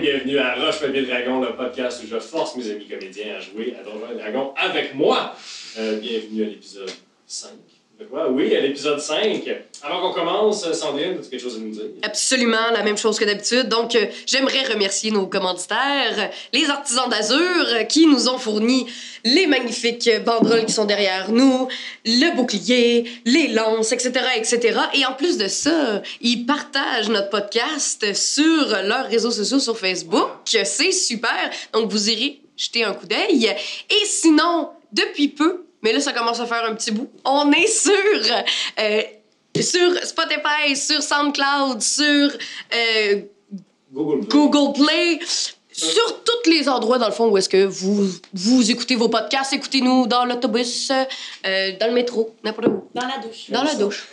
bienvenue à Roche Papier Dragon, le podcast où je force mes amis comédiens à jouer à Donjons et Dragons avec moi. Euh, bienvenue à l'épisode 5. De quoi? Oui, à l'épisode 5. Avant qu'on commence, Sandrine, as-tu quelque chose à nous dire? Absolument la même chose que d'habitude. Donc, euh, j'aimerais remercier nos commanditaires, euh, les artisans d'Azur, euh, qui nous ont fourni les magnifiques euh, banderoles qui sont derrière nous, le bouclier, les lances, etc., etc. Et en plus de ça, ils partagent notre podcast sur leurs réseaux sociaux, sur Facebook. C'est super. Donc, vous irez jeter un coup d'œil. Et sinon, depuis peu, mais là, ça commence à faire un petit bout, on est sur... euh, sur Spotify, sur SoundCloud, sur euh, Google. Play. Google Play, sur tous les endroits, dans le fond, où est-ce que vous, vous écoutez vos podcasts. Écoutez-nous dans l'autobus, euh, dans le métro, n'importe où. Dans la douche. Dans la douche.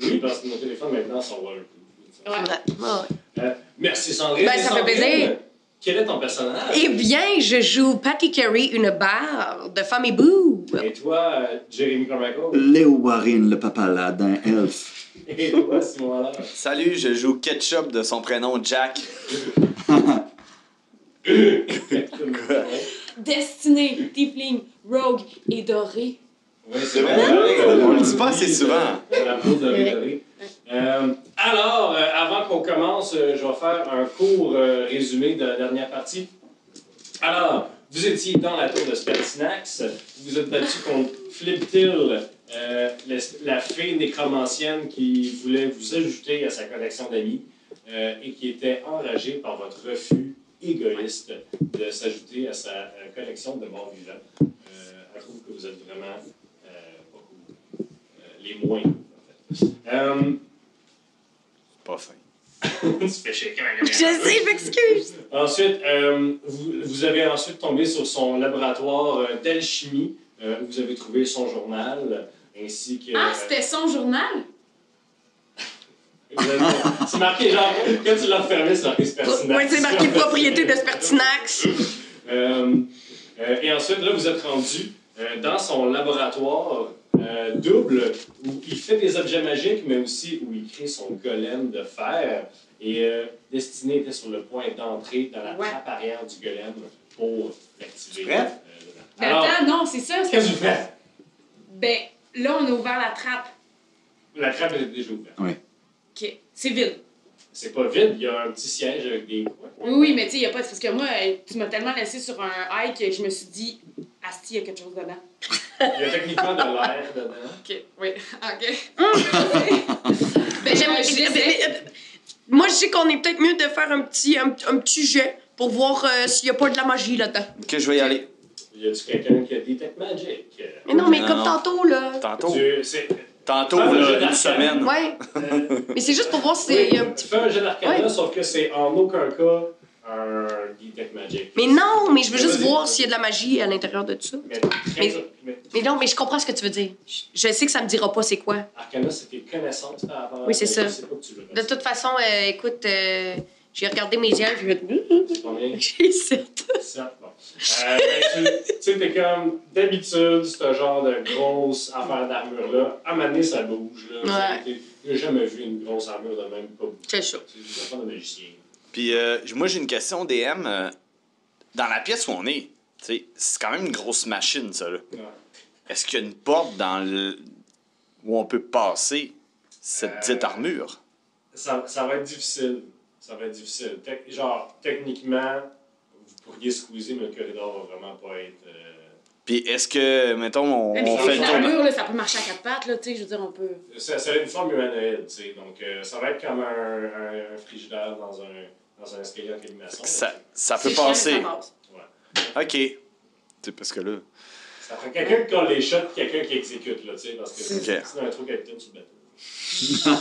Oui, parce que nos téléphones maintenant sont waterproof. Ouais. Euh, merci Sandrine. Ben, ça fait Sandrine, plaisir. Quel est ton personnage? Eh bien, je joue Patty Carey, une barre de femme et boo. Et toi, euh, Jeremy Carmichael? Léo Warren, le papa Aladdin, elf. Et toi, Simon Allard? Salut, je joue Ketchup de son prénom Jack. Exactement. Destinée, Tiefling, Rogue et Doré. Oui, c'est vrai. On le dit pas assez souvent. La pause de Valérie. Euh, alors, euh, avant qu'on commence, euh, je vais faire un court euh, résumé de la dernière partie. Alors, vous étiez dans la tour de Spertinax. Vous êtes battu contre Flip Till, euh, l'es- la fée nécromancienne qui voulait vous ajouter à sa collection d'amis euh, et qui était enragée par votre refus égoïste de s'ajouter à sa euh, collection de morts vivants. Euh, elle trouve que vous êtes vraiment euh, pas cool. Euh, les moins, en fait. Euh, Pas fin. tu fais chier comme un Je sais, je m'excuse. Ensuite, euh, vous, vous avez ensuite tombé sur son laboratoire euh, d'alchimie. euh, où vous avez trouvé son journal, ainsi que... Ah, c'était son journal? euh, Vous avez- c'est marqué, genre, quand tu l'as fermé, c'est marqué Spertinax. Oui, c'est marqué propriété de Spertinax. Euh, euh, et ensuite, là, vous êtes rendu euh, dans son laboratoire euh, double où il fait des objets magiques, mais aussi où il crée son golem de fer. Et euh, Destiné était sur le point d'entrer dans la Ouais. trappe arrière du golem pour l'activer. Tu es prête? Euh, Ben, Ah, Alors, attends, non, c'est ça. c'est- qu'est-ce que vous faites? Ben, là, on a ouvert la trappe. La trappe est déjà ouverte. OK. C'est vide. C'est pas vide, il y a un petit siège avec des coins. Oui, oui, mais tu sais, il a pas. c'est Parce que moi, euh, tu m'as tellement laissé sur un high que je me suis dit, Asti, il y a quelque chose dedans. Il y a techniquement de l'air dedans. OK. Oui. OK. Ben, j'aime- Euh, je ben, disais- ben, ben, moi, je sais qu'on est peut-être mieux de faire un petit, un, un petit jet pour voir euh, s'il n'y a pas de la magie là-dedans. Ok, je vais y aller. Il y a-tu quelqu'un qui a des tech magic? Mais non, Euh, mais Non, comme non. tantôt, là. Tantôt. Tu- c'est- Tantôt, Ah, je là, l'ai une semaine. Ouais, euh, mais c'est juste pour voir Oui, s'il y a un petit. Tu fais un jet d'arcana, Ouais. sauf que c'est en aucun cas un detect magic. Mais non, mais je veux Mais juste vas-y. voir s'il y a de la magie à l'intérieur de ça. Mais, très- mais Mais non, mais je comprends ce que tu veux dire. Je- Je sais que ça me dira pas c'est quoi. arcana, c'est tes connaissances par rapport à Oui, c'est ça. C'est pas que tu veux. De toute façon, euh, écoute, euh, j'ai regardé mes yeux, je vais Combien? J'ai sept. Sept, bon. Euh, ben, tu tu sais, t'es comme, d'habitude, ce genre de grosse affaire d'armure-là, à un moment donné, ça bouge. Là, Ouais. T'sais, J'ai jamais vu une grosse armure de même pas bouger. C'est ça. C'est une affaire de magicien. Puis euh, j- moi, j'ai une question DM. euh, dans la pièce où on est, tu sais, c'est quand même une grosse machine, ça. là. Ouais. Est-ce qu'il y a une porte dans le... où on peut passer cette Euh, petite armure? ça, ça va être difficile. Ça va être difficile. Tec- genre, techniquement, vous pourriez squeezer, mais le corridor va vraiment pas être. euh, Puis est-ce que, mettons, on, Mais on c'est fait le une tour... armure, là, ça peut marcher à quatre pattes, là, tu sais, je veux dire, on peut. Ça, ça a une forme humanoïde, tu sais. Donc, euh, ça va être comme un, un, un frigidaire dans un, dans un squelette animation. Ça, ça peut C'est chiant, passer. ça passe. Ok. Tu sais, parce que là... Ça prend quelqu'un qui colle les shots puis quelqu'un qui exécute, là, tu sais. Parce que Ok. c'est c'est un truc capitaine sur le bateau.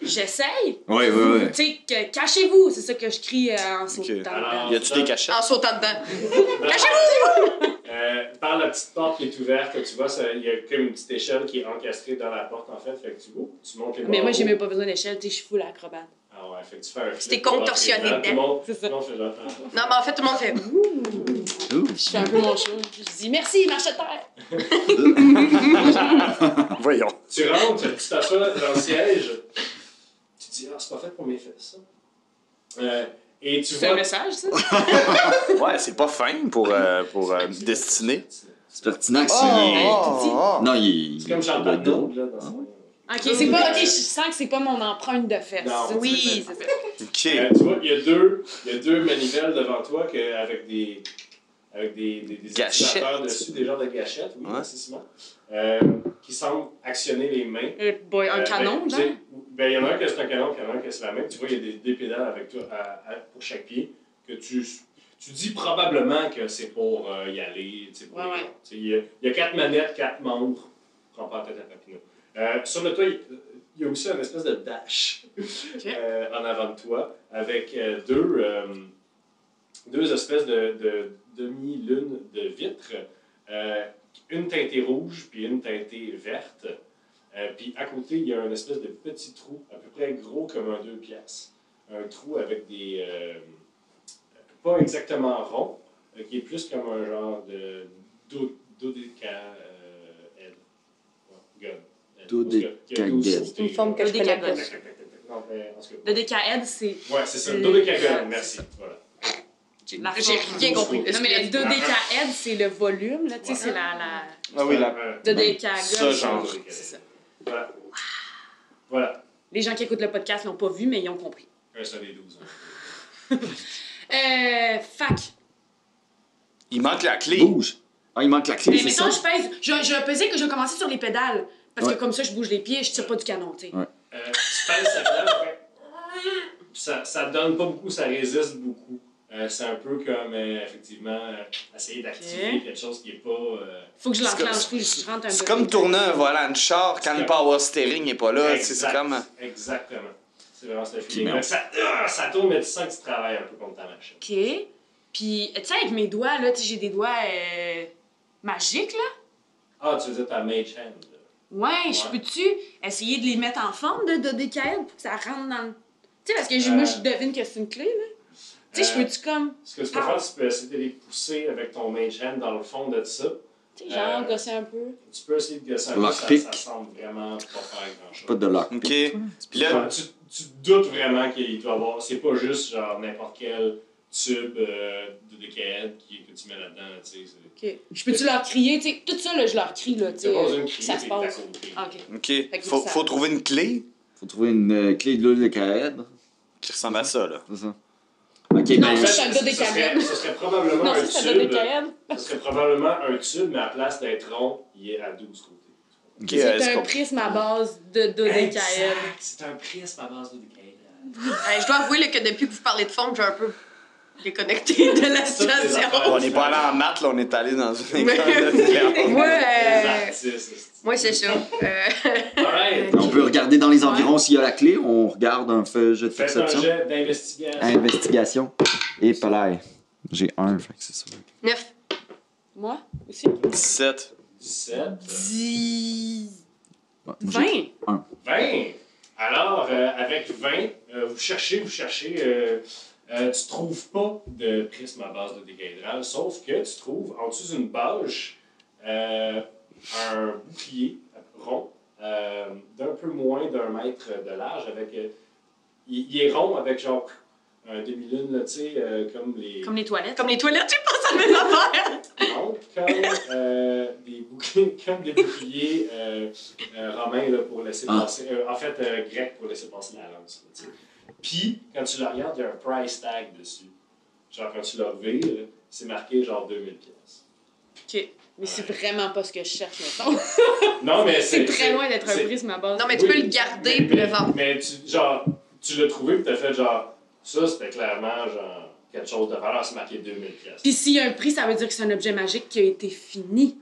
J'essaye. Ouais, ouais, ouais. Tu sais, que- cachez-vous, c'est ça que je crie euh, en sautant. Ok. dedans. Y a-tu des cachettes? En sautant dedans. Euh, par la petite porte qui est ouverte, tu vois, ça- il y a comme une petite échelle qui est encastrée dans la porte, en fait. Fait que tu, oh, tu montes les Mais moi, j'ai barreaux. même pas besoin d'échelle, tu sais, je suis full acrobate. Ah ouais, fait que tu fais un. C'était contorsionné Tout le dedans. monde- C'est ça. tout le monde fait genre, ah. Non, mais en fait, tout le monde fait. Ouh. Je fais un peu mon show. Je dis merci, marche de terre. Ah. Voyons. Tu rentres, tu t'assois dans le siège, tu te dis Ah, c'est pas fait pour mes fesses, ça. Euh, Et tu C'est un vois. message, ça? Ouais, c'est pas fin pour, euh, pour euh, Destinée. C'est pertinent, Oh, c'est. oh, Non, il. C'est comme il Ah doit Jean-Paul être gros. Gaultier, là. dans ce- Ok, c'est pas. Ok, je sens que c'est pas mon empreinte de fesse. Non. C'est- Oui. c'est- c'est- oh. Euh, Ok. tu vois, il y a deux, il y a deux manivelles devant toi que, avec des, avec des, des, des Gâchettes. activateurs dessus, des genres de gâchettes, oui, Ouais. précisément, euh, qui semblent actionner les mains. Eh boy, un Euh, canon, ben, genre? tu sais, Ben, il y en a un qui est un canon, puis il y en a un qui est la main. Tu vois, il y a des, des pédales avec toi à- à- pour chaque pied que tu, tu dis probablement que c'est pour euh, y aller. tu sais, pour Ouais, les- ouais. tu sais, Il y, a- il y a quatre manettes, quatre membres. Prends pas la tête à Papineau. Euh, sur le toit, il il y a aussi un espèce de dash euh, en avant de toi avec euh, deux, euh, deux espèces de, de demi-lunes de vitres. Euh, une teintée rouge puis une teintée verte. Euh, puis à côté, il y a un espèce de petit trou, à peu près gros comme un deux pièces. Un trou avec des. euh, pas exactement rond, euh, qui est plus comme un genre de. do- Dodéca. euh, L. Ouais, God. L. Dodécagone. En tout cas, il y a douze C'est une côtés, là. forme que je connais pas. Non, mais en tout cas, Le décaède, c'est Ouais, c'est ça. Le- Dodécagone, merci. Voilà. J'ai la J'ai forme. rien compris. Non, mais le dodécaède, c'est le volume, là, tu sais, Ouais. c'est la, la... Ah oui, la... Euh, dodécagone. Ça, genre. C'est ça. Voilà. Voilà. Les gens qui écoutent le podcast l'ont pas vu, mais ils ont compris. Un seul des douze. hein. Euh, fac. Il manque la clé. Bouge. Ah, il manque la clé, Mais c'est mettons, ça. je pèse, je, je pesais que je commençais sur les pédales. Parce Ouais. que comme ça, je bouge les pieds et je tire pas du canon, tu sais. Euh, tu pèses sa pédale, fait- ça, ça donne pas beaucoup, ça résiste beaucoup. Euh, c'est un peu comme, euh, effectivement, euh, essayer d'activer Ok. quelque chose qui est pas... euh, Faut que je C'est l'enclenche, comme- faut que je rentre un peu. C'est comme tourner un volant de char quand le power steering n'est pas là. tu sais, C'est exact. comme. hein. Exactement. C'est vraiment ce mais feeling. on- Donc, Ça, ah, ça tourne, mais tu sens que tu travailles un peu contre ta machine. OK. Puis, tu sais, avec mes doigts, là, tu sais, j'ai des doigts euh, magiques, là. Ah, tu veux dire ta mage hand. là. Ouais, je Ouais. peux-tu essayer de les mettre en forme de, de décaède pour que ça rentre dans le. Tu sais, parce que j'ai- Euh. moi, je devine que c'est une clé, là. Tu sais, je Euh. peux-tu comme. Ce que tu peux Ah. faire, tu peux essayer de les pousser avec ton mage hand dans le fond de ça. Tu sais, genre, Euh. gosser un peu. Tu peux essayer de gasser un peu, ça, Lockpick. ça semble vraiment pas faire grand-chose. Pas de lock. Ok. Puis Là, là, tu, tu doutes vraiment qu'il doit avoir. C'est pas juste genre n'importe quel tube euh, de décade qui, que tu mets là-dedans. là, tu sais, c'est- OK. Je peux-tu leur crier, tu sais, tout ça, là, je leur crie, là, tu C'est sais. pas une euh, clé, Ça se c'est ta passe. côté. Ah, OK. ok. que Faut, ça- faut trouver une clé Faut trouver une euh, clé de l'huile de Caède. qui ressemble à ça, là. C'est ça. Ok, ben. En fait, ça, c'est un ce- dodécahèdre. Ce serait, ce serait probablement Non, un ça, ça donne des tube. caèdes. Ce serait probablement un tube, mais à la place d'être rond, il est à 12 côtés. Ok, euh, C'est c'est un pas- prisme à base de dodécaède. Exact. C'est un prisme à base de décade. Euh, je dois avouer là, que depuis que vous parlez de forme, j'ai un peu déconnecté de Ça, la c'est situation. l'affaire. On n'est pas allé en maths, là, on est allé dans une Mais- école de Moi, Les euh, artistes. moi c'est ça. Euh, Alright. On peut regarder dans les environs s'il y a la clé. On regarde un feu jet de Faites un perception. jet d'investigation. Investigation. Et palais. J'ai un, fait que c'est ça. Neuf. Moi aussi. 17. 17. 10. Ouais, moi, j'ai- 20. 20! Alors, euh, avec 20, euh, vous cherchez, vous cherchez, euh, euh, tu trouves pas de prisme à base de décaédral, sauf que tu trouves en dessous d'une bâche euh, un bouclier rond euh, d'un peu moins d'un mètre de large. avec euh, Il il est rond avec genre un demi-lune, là, tu sais, euh, comme les. Comme les toilettes. Comme les toilettes, j'ai pensé à la même affaire. Non, comme, euh, des boucliers, comme des boucliers euh, euh, romains là, pour laisser Ah. passer. euh, en fait, euh, grec pour laisser passer la lance. là, tu sais. Puis, quand tu la regardes, il y a un price tag dessus. Genre, quand tu l'as revire, c'est marqué genre 2000 pièces. OK. Mais c'est vraiment pas ce que je cherche, mettons. Non, mais c'est. C'est très loin d'être un c'est- prisme à base. Non, mais tu Oui, peux le garder mais- puis le mais- vendre. Mais tu, genre, tu l'as trouvé puis t'as fait genre. Ça, c'était clairement genre quelque chose de valeur, c'est marqué 2000 pièces. Puis s'il y a un prix, ça veut dire que c'est un objet magique qui a été fini.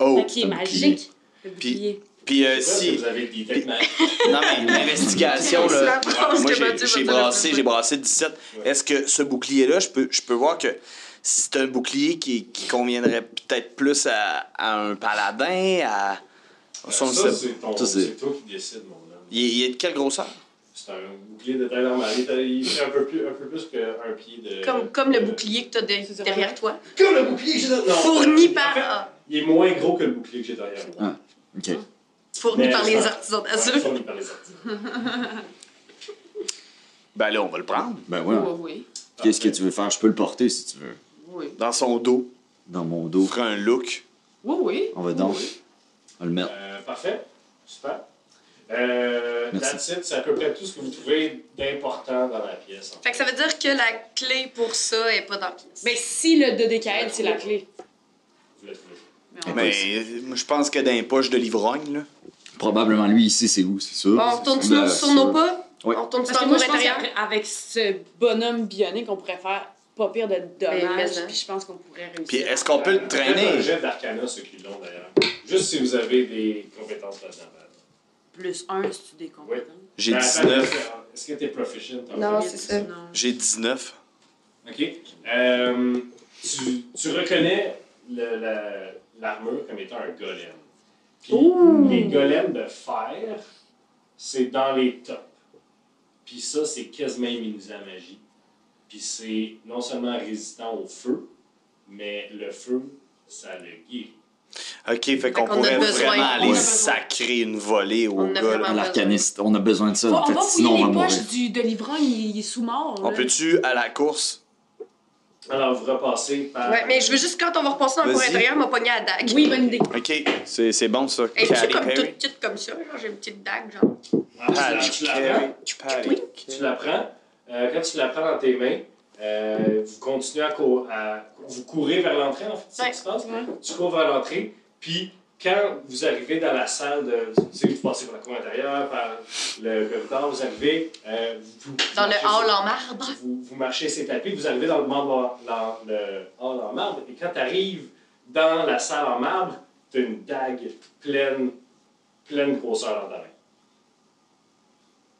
Oh. qui est le magique. Le bouclier. Puis euh, C'est ça, si. Vous avez des techniques. Non, mais l'investigation, C'est la là. phrase Moi, que j'ai- Mathieu va j'ai dire brassé, après. j'ai brassé 17. Ouais. Est-ce que ce bouclier-là, je peux, je peux voir que c'est un bouclier qui, qui conviendrait peut-être plus à, à un paladin, à. Ça, Ça, on le sait. c'est ton- Ça, c'est- c'est toi qui décides, mon homme. Il, est- il est de quelle grosseur? C'est un bouclier de taille normale. Il est- Il fait un peu plus, un peu plus qu'un pied de. Comme, comme le bouclier que tu as C'est derrière vrai. toi. Comme le bouclier que j'ai derrière Fourni En par, fait, ah, il est moins gros que le bouclier que j'ai derrière moi. Ok. fourni Mais par ça- les artisans Ouais, d'azur. fourni par les artisans. Ben là, on va le prendre. Ben Oui, ouais. oui, Qu'est-ce que tu veux faire? Je peux le porter si tu veux. oui. Dans son dos, Dans mon on dos. fera un look. Oui, oui. On va donc. Oui. On va le mettre. Euh, parfait. Super. Euh, Merci. that's it. C'est à peu près tout ce que vous trouvez d'important dans la pièce. en Fait que ça veut dire que la clé pour ça est pas dans la pièce. Mais si le dodécaèdre, c'est la clé. Vous le trouvez. Mais on- Mais euh, je pense que dans les poches de l'ivrogne, là. Probablement lui ici, c'est où, c'est sûr. Bon, on retourne C'est sûr. sur, sur nos pas? Oui. On retourne sur Parce que la moi, cour je pense intérieure? qu'avec ce bonhomme bionique, on pourrait faire pas pire de Mais, dommages, mais, hein. puis je pense qu'on pourrait réussir. Puis est-ce qu'on peut le Faites Euh, un traîner? jet d'arcana, ceux qui l'ont d'ailleurs. Juste si vous avez des compétences là-dedans. Plus un, si tu décompétentes. J'ai Ben, attends, 19. Est-ce que t'es proficient? en Non, fait? c'est ça. Non. J'ai 19. OK. Euh, tu, tu reconnais le- la- l'armure comme étant un golem. Puis les golems de fer, c'est dans les tops. Puis ça, c'est quasiment immunisé à magie. Puis c'est non seulement résistant au feu, mais le feu, ça le guérit. OK, fait qu'on qu'on a pourrait besoin. vraiment aller Ouais. sacrer une volée au On a gars. vraiment là. Un arcaniste. On a besoin de ça, Bon, en on fait. va Sinon, fouiller on va les mourir. poches du, de l'ivrogne, il, il est sous-mort. On là. peut-tu, à la course, Alors, vous repassez par... Ouais, mais je veux juste, quand on va repasser dans la cour Vas-y. intérieure, m'a pogné à la dague. Oui, bonne idée. OK, c'est c'est bon ça. Et puis, je Patty suis comme Perry. toute petite comme ça, genre, j'ai une petite dague, genre. Ah, tu la- tu Patty la prends. Perry. Patty Tu Perry. la prends. Euh, quand tu la prends dans tes mains, euh, vous continuez à, cou- à- Vous courez vers l'entrée, en fait, c'est ce qui se passe. Ouais. Tu cours vers l'entrée, puis quand vous arrivez dans la salle de. Tu sais, vous passez par la cour intérieure, par le corridor, vous arrivez. euh, vous, Dans le marchez- hall en marbre. Vous, vous marchez ces tapis, vous arrivez dans le, membre, dans le hall en marbre, et quand tu arrives dans la salle en marbre, tu as une dague pleine, pleine grosseur dans ta main.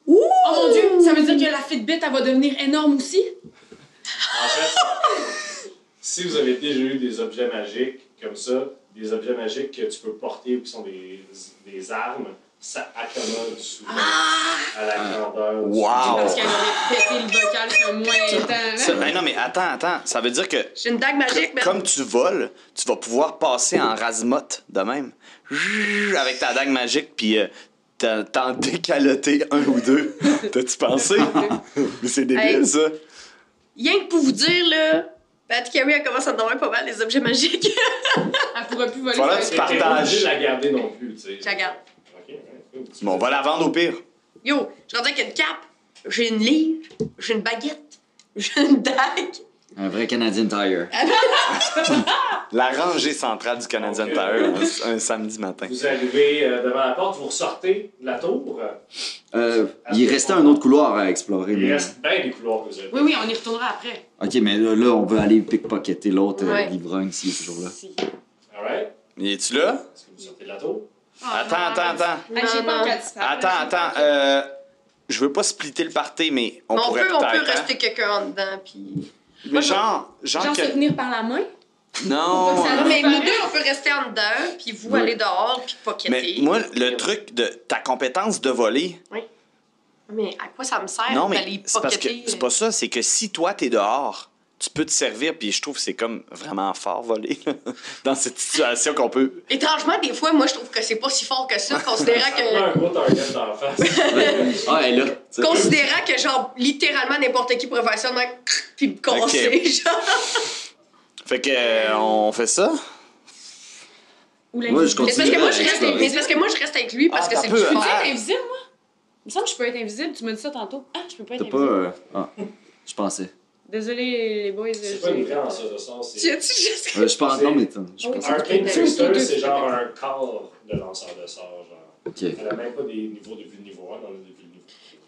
Oh mon dieu, ça veut dire que la Fitbit, elle va devenir énorme aussi? En fait, si vous avez déjà eu des objets magiques comme ça, des objets magiques que tu peux porter ou qui sont des, des armes, ça accommode souvent à la grandeur. du- Wow. Parce qu'elle aurait pété le bocal sur moins Ça- temps. ben non, mais attends, attends. Ça veut dire que J'ai une dague magique, mais. comme tu voles, tu vas pouvoir passer en rasmote de même. Rrrr, Avec ta dague magique, puis euh, t'en- t'en décaloter un ou deux. T'as-tu pensé? mais c'est débile Hey. ça. Rien que pour vous dire, là, Pat Carey, elle commence à me donner pas mal les objets magiques. hein? Elle pourrait plus voler. Voilà, ça Mais t'es tu va pas être- partages. obligé de la garder non plus, tu sais. Je la garde. Ok, ouais, cool. Bon, on va la vendre au pire. Yo, je rentre avec une cape, j'ai une livre, j'ai une baguette, j'ai une dague. Un vrai Canadian Tire. La rangée centrale du Canadian Ok. Tire, hein, un, un samedi matin. Vous arrivez euh, devant la porte, vous ressortez de la tour. Euh, il restait un autre couloir à explorer. Il mais- reste bien des couloirs que vous avez. Oui, oui, on y retournera après. Ok, mais là, là, on veut aller pickpocketer l'autre euh, Ouais. l'ivrogne s'il est toujours là. Si. Alright? Es-tu là? Est-ce que vous sortez de la tour? Ah, Attends, non, attends, attends. Ah, j'ai Non, pas non. qu'elle se fasse. Attends, attends. euh, je veux pas splitter le party, mais on Mais on pourrait peut, on peut peut-être, hein? rester quelqu'un en dedans, puis. Mais genre, genre, Genre que... se tenir par la main? Non. Ça hein. nous mais nous paraît- deux, on peut rester en dedans, puis vous Ouais. aller dehors, puis Mais pocketer. moi, le truc de ta compétence de voler, Mais à quoi ça me sert non, d'aller mais c'est parce que pocketer? c'est pas ça, c'est que si toi t'es dehors, tu peux te servir, puis je trouve que c'est comme vraiment fort voler là, dans cette situation qu'on peut. Étrangement, des fois, moi, je trouve que c'est pas si fort que ça, considérant Ça prend que. un gros target d'en face. Ouais. ah, elle est là. tu sais. Considérant que, genre, littéralement, n'importe qui pourrait faire ça, de même, puis me casser, genre. Fait que euh, on fait ça. Ou Moi, je l'invisible? Mais c'est parce que Continuerai moi, à je reste avec, explorer. mais c'est parce que moi, je reste avec lui, parce Ah, que t'as c'est le peu, plus hein? Je fort. peux être invisible, moi? Il me semble que je peux être invisible. Tu m'as dit ça tantôt. Ah, je peux pas être T'as pas. invisible. euh, Ah, je pensais. Désolé, les boys. euh, C'est j'ai- pas une vraie en ça de sens. Tu c'est- as-tu juste- Euh, je pense. Non, mais attends, je Oui. pensais. Arcane Ok. Trickster, c'est genre un corps de lanceur de sorts. Genre. Ok. Elle a même pas des niveaux depuis le niveau 1, on a depuis le niveau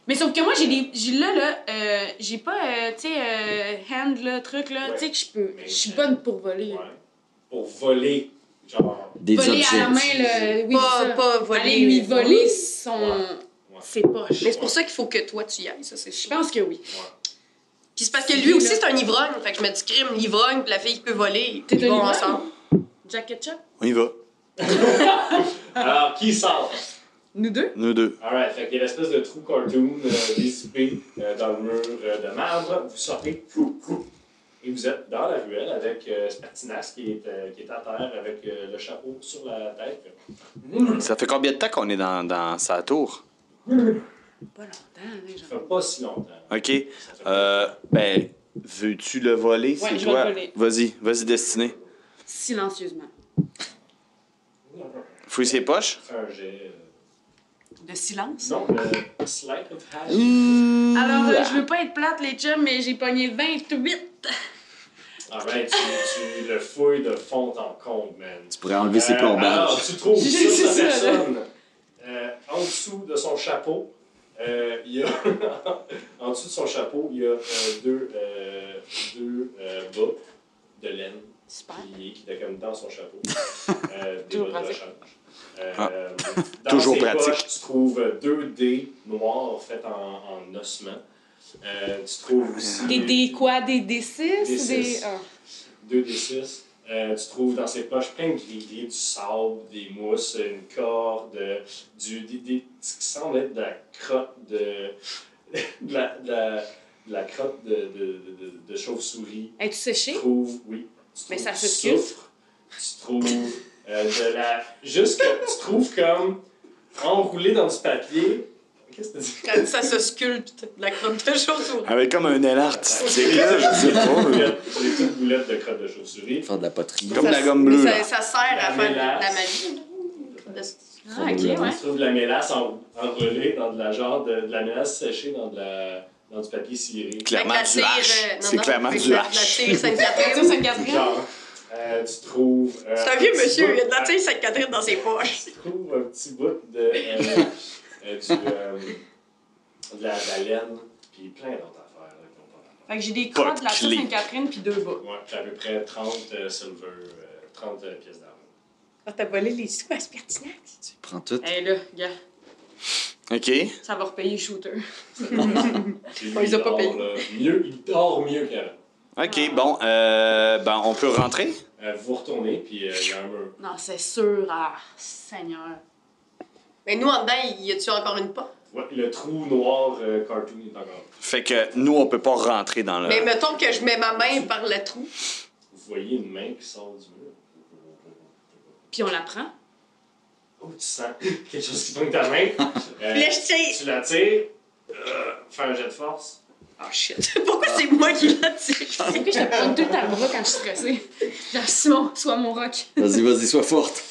Mais sauf que moi, j'ai des. j'ai- Là, là, euh, j'ai pas, euh, tu sais, euh, hand, là, truc, là. Ouais. Tu sais que je peux. Mais- Je suis bonne pour voler. Ouais. Pour voler, genre. Des voler à objets. la main, là. Oui, c'est Pas, ça. pas voler. Aller lui là. voler son. Ouais. Ouais. ses poches. Mais c'est pour ça qu'il faut que toi, tu y ailles, ça, c'est Je chiant. pense que oui. Ouais. Puis c'est parce que lui aussi, c'est un ivrogne. Fait que je me dis, crime, l'ivrogne, puis la fille qui peut voler. T'es ils un vont ivrogne? ensemble. Jack Ketchup, On y va, Alors, qui sort nous deux. nous deux. Alright, fait qu'il y a l'espèce de trou cartoon euh, dissipé euh, dans le mur euh, de marbre. Vous sortez, fou, fou, et vous êtes dans la ruelle avec euh, Spatinas qui est, euh, qui est à terre avec euh, le chapeau sur la tête. Ça fait combien de temps qu'on est dans, dans sa tour Pas longtemps, là, Ça genre. fait pas si longtemps. OK. Euh, ben, veux-tu le voler? Ouais, si je je vais vois? le voler. Vas-y, vas-y, Destiné. Silencieusement. Fouille ses poches. Faire un jet. euh, De silence. Non, le sleight of hand. Alors, euh, je veux pas être plate, les chums, mais j'ai pogné 28. Arrête, Ah, ben, tu, tu le fouilles de fond en comble, man. Tu pourrais enlever ses Euh, corbages. Alors, tu trouves ça, J'ai- c'est sa ça, personne. Euh, en dessous de son chapeau, euh, il y a... en dessous de son chapeau, il y a euh, deux, euh, deux euh, bas de laine Super. qui, qui étaient comme dans son chapeau. Euh, des Toujours bas de pratique. rechange. Euh, Ah. dans Toujours ses pratique. poches, tu trouves deux dés noirs faits en, en ossement. Euh, tu trouves aussi Des, des quoi? Des D6? Des six. Des... ah. 2 des 6. tu trouves dans ses poches plein de gris-gris, du sable, des mousses, une corde, euh, du, des, des, ce qui semble être de la crotte de, de, la, de, la, de la crotte de, de, de, de- de chauve-souris. Es-tu Tu séché? trouves, oui. Tu Mais trouves ça du s'excuse. soufre. Tu trouves euh, de la. Juste que tu trouves comme enroulé dans du papier. Qu'est-ce que tu dis? Quand ça se sculpte, la crotte de chauve-souris. Avec comme un aile artistique, là, je sais pas. euh. Des petites boulettes de crotte de chauve-souris. Faire de la poterie. Comme Ça- la gomme bleue. Ça, là. ça sert à La faire de la mélasse. magie. là. De- Ah, ok, Tu ouais. trouves de la mélasse en- enroulée dans de la genre de, de la mélasse séchée dans, de la, dans du papier ciré. Clairement avec du la cire, hache. euh, non, C'est non, clairement avec du la- La hache. cire Catherine, Sainte-Catherine. c'est Catherine? Genre, euh, tu trouves. euh, C'est un petit vieux bout- monsieur, il y a de la euh, cire Sainte-Catherine dans ses poches. Tu trouves un petit bout de. euh, euh, du, euh, de la baleine, puis plein d'autres affaires. là, qui ont pas rapport. Fait que j'ai des Pas crottes de la clé. Sainte-Catherine puis deux bas. Ouais, puis à peu près 30 euh, silver, euh, 30 euh, pièces d'argent. Ah, Quand t'as volé les sous à Spertinax. Tu prends tout. Hé là, gars, OK. ça va repayer le shooter. Puis Ouais, ils lui, ont pas dort, payé. là, mieux, il dort mieux qu'avant. OK, bon, euh, ben, on peut rentrer? Euh, vous retournez, puis euh, il y a un mur. Non, c'est sûr, ah, Seigneur. Mais nous, en dedans, il y a-tu encore une porte? Ouais, le trou noir euh, cartoon est encore. Fait que nous, on peut pas rentrer dans le. Mais mettons que je mets ma main par le trou. Vous voyez une main qui sort du mur. Puis on la prend. Oh, tu sens quelque chose qui pogne ta main. Euh, Puis là, je tire. tu la tires. Euh, fais un jet de force. Oh shit. Pourquoi c'est moi qui la tire? C'est que je te prends tout à bras quand je suis stressée. Genre, Simon, sois mon rock. Vas-y, vas-y, sois forte.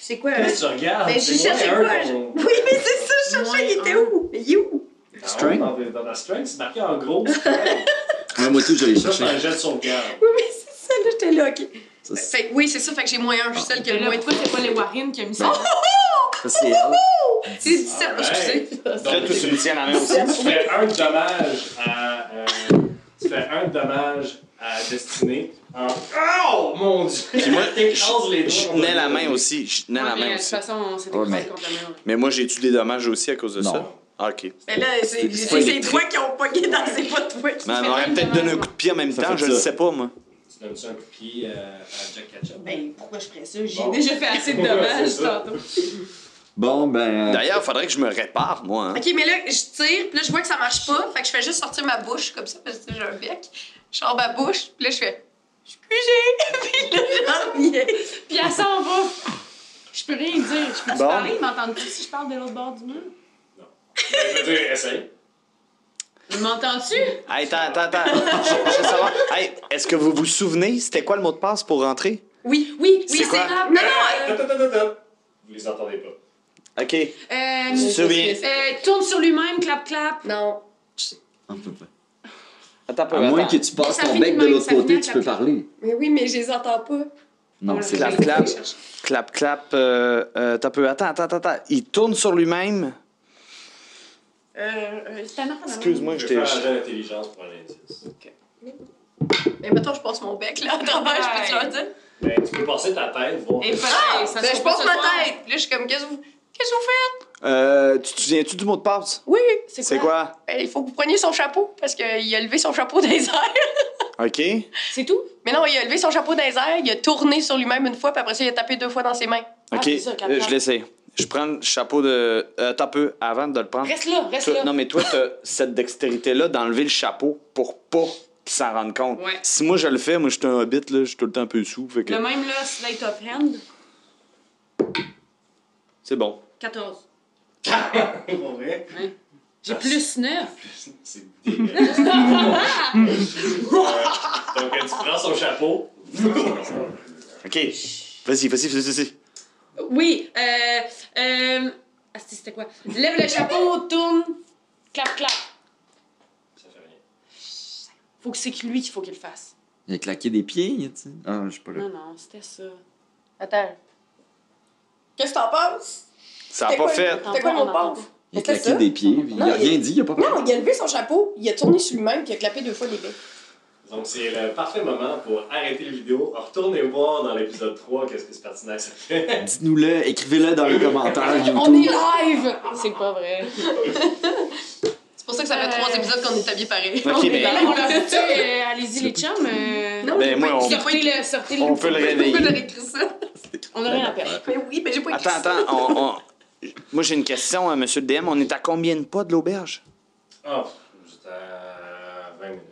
C'est quoi? euh, Qu'est-ce que tu regardes? Mais C'est je moins cherchais un quoi, qu'on- Oui, mais c'est ça, je cherchais, il était où? Mais il est où? Ah, Strength? Dans, dans la strength, c'est marqué en gros. strength. Ouais, Hein, moi tout, j'allais Ça, c'est chercher. un jet de sauvegarde. Oui, mais c'est ça, là, j'étais là, ok. Ça, c'est- Fait que oui, c'est ça, fait que j'ai moins un, je suis celle qui a Mais le là, moins de pourquoi c'est pas les Warren qui a mis ça? ça, c'est elle. C'est 17, Ah, ouais. excusez. Là, toi, tu le tiens à la main aussi. Tu fais un de dommage à. euh, tu fais un de dommage à Destinée en. Oh mon dieu! Puis moi, T'écrases les je je doigts. tenais la main aussi. Je tenais la Ouais, Ah, mais De toute main Ah, ben aussi. façon, on s'est Ouais, mais- écrasé contre la main. Mais moi, j'ai-tu des dommages aussi à cause de Non. ça? Ah, OK. Mais là, c'est C'est pas c'est électrique. toi qui ont pogné dans ses pas de toi. Mais on fais aurait même peut-être dommage, donné un moi. coup de pied en même Ça temps, fait je ça. le sais pas, moi. Tu donnes-tu un coup de pied euh, à Jack Ketchup? Ben, pourquoi je ferais ça? Bon. J'ai déjà fait assez de dommages C'est ça. tantôt. Bon, ben. euh, D'ailleurs, faudrait que je me répare, moi. hein. Ok, mais là, je tire, puis là, je vois que ça marche pas. Fait que je fais juste sortir ma bouche, comme ça, parce que j'ai un bec. Je sors ma bouche, puis là, je fais. Je suis cugée! puis là, j'en reviens. Puis elle s'en va. Je peux rien dire. Je peux te Bon. parler, ils m'entendent tu si je parle de l'autre bord du mur? Ben, Je veux dire, essaye. Ils m'entendent-tu? Hey, attends, attends, attends. Je je veux savoir. Hey, est-ce que vous vous souvenez, c'était quoi le mot de passe pour rentrer? Oui, Oui, C'est oui, quoi? c'est grave. Non, Ta- ta- ta- ta- ta. Vous les entendez pas. OK. Euh, Tu te souviens? euh, tourne sur lui-même, clap, clap. non. on peut pas. Attends, À moins que tu passes Ça ton finit bec de même, l'autre ça côté, finit tu à peux clap. parler. Mais oui, mais je les entends pas. Euh, Non, c'est Clap, clap. Clap, clap. Euh, euh, t'as peu. Attends, attends, attends. Il tourne sur lui-même. Euh, c'est un Excuse-moi, Je vais je faire t'ai. un jeu d'intelligence pour un indice. Mais mettons, je passe mon bec, là, à travers, je peux te leur dire. Ben, tu peux passer ta tête, voir. Et Ah! pareil, ça Ben, se je voit passe ce ma soir. tête. Puis là, je suis comme, qu'est-ce que vous, qu'est-ce que vous faites? Euh, tu te souviens-tu du mot de passe? Oui, C'est quoi? Ben, il faut que vous preniez son chapeau, parce qu'il a levé son chapeau dans les airs. OK. C'est tout? Mais non, il a levé son chapeau dans les airs, il a tourné sur lui-même une fois, puis après ça, il a tapé deux fois dans ses mains. Ah, OK. c'est ça, clap, Euh, je clap. l'essaie. Je prends le chapeau de. Euh, Attends un peu avant de le prendre. Reste là, reste Toi- là. non, mais toi, t'as cette dextérité-là d'enlever le chapeau pour pas qu'ils s'en rendent compte. Ouais. Si moi je le fais, moi je suis un hobbit, là, je suis tout le temps un peu sous. Fait que Le même là, Slate of Hand, c'est bon. 14. Pour vrai. Ouais. J'ai plus 9. C'est dégueulasse. Euh, Donc, tu prends son chapeau. Ok. Vas-y, vas-y, vas-y, vas-y. Oui, euh. euh asti, c'était quoi? Lève le chapeau, tourne, clap, clap. Ça fait rien. Faut que c'est que lui qu'il faut qu'il le fasse. Il a claqué des pieds, tu sais. Ah, je sais pas là. Non, non, c'était ça. Attends. Qu'est-ce que t'en penses? Ça a C'était pas quoi, fait. C'était quoi Non, mon non, pauvre? Il a C'était claqué ça? des pieds, puis il Non, a il- rien dit, il a pas parlé. Non, il a levé son chapeau, il a tourné sur lui-même, puis il a clapé deux fois les baies. Donc, c'est le parfait moment pour arrêter la vidéo. Retournez voir dans l'épisode 3 qu'est-ce que Spartina ça fait. Dites-nous-le, écrivez-le dans les commentaires On YouTube. est live! C'est pas vrai. C'est pour ça que ça fait Euh. trois épisodes qu'on est habillés pareil. Ok, mais- Ben, on l'a foutu, euh, allez-y les chums. euh, Non, Ben, j'ai moi, pas on- écrit- Sortez le, sortez le. On peut le Pourquoi réveiller. j'aurais écrit ça? On a rien à perdre. Mais oui, mais j'ai pas écrit Attends, ça. attends. on- on- Moi, j'ai une question, hein, monsieur le DM. On est à combien de pas de l'auberge? Oh, j'étais à 20 minutes.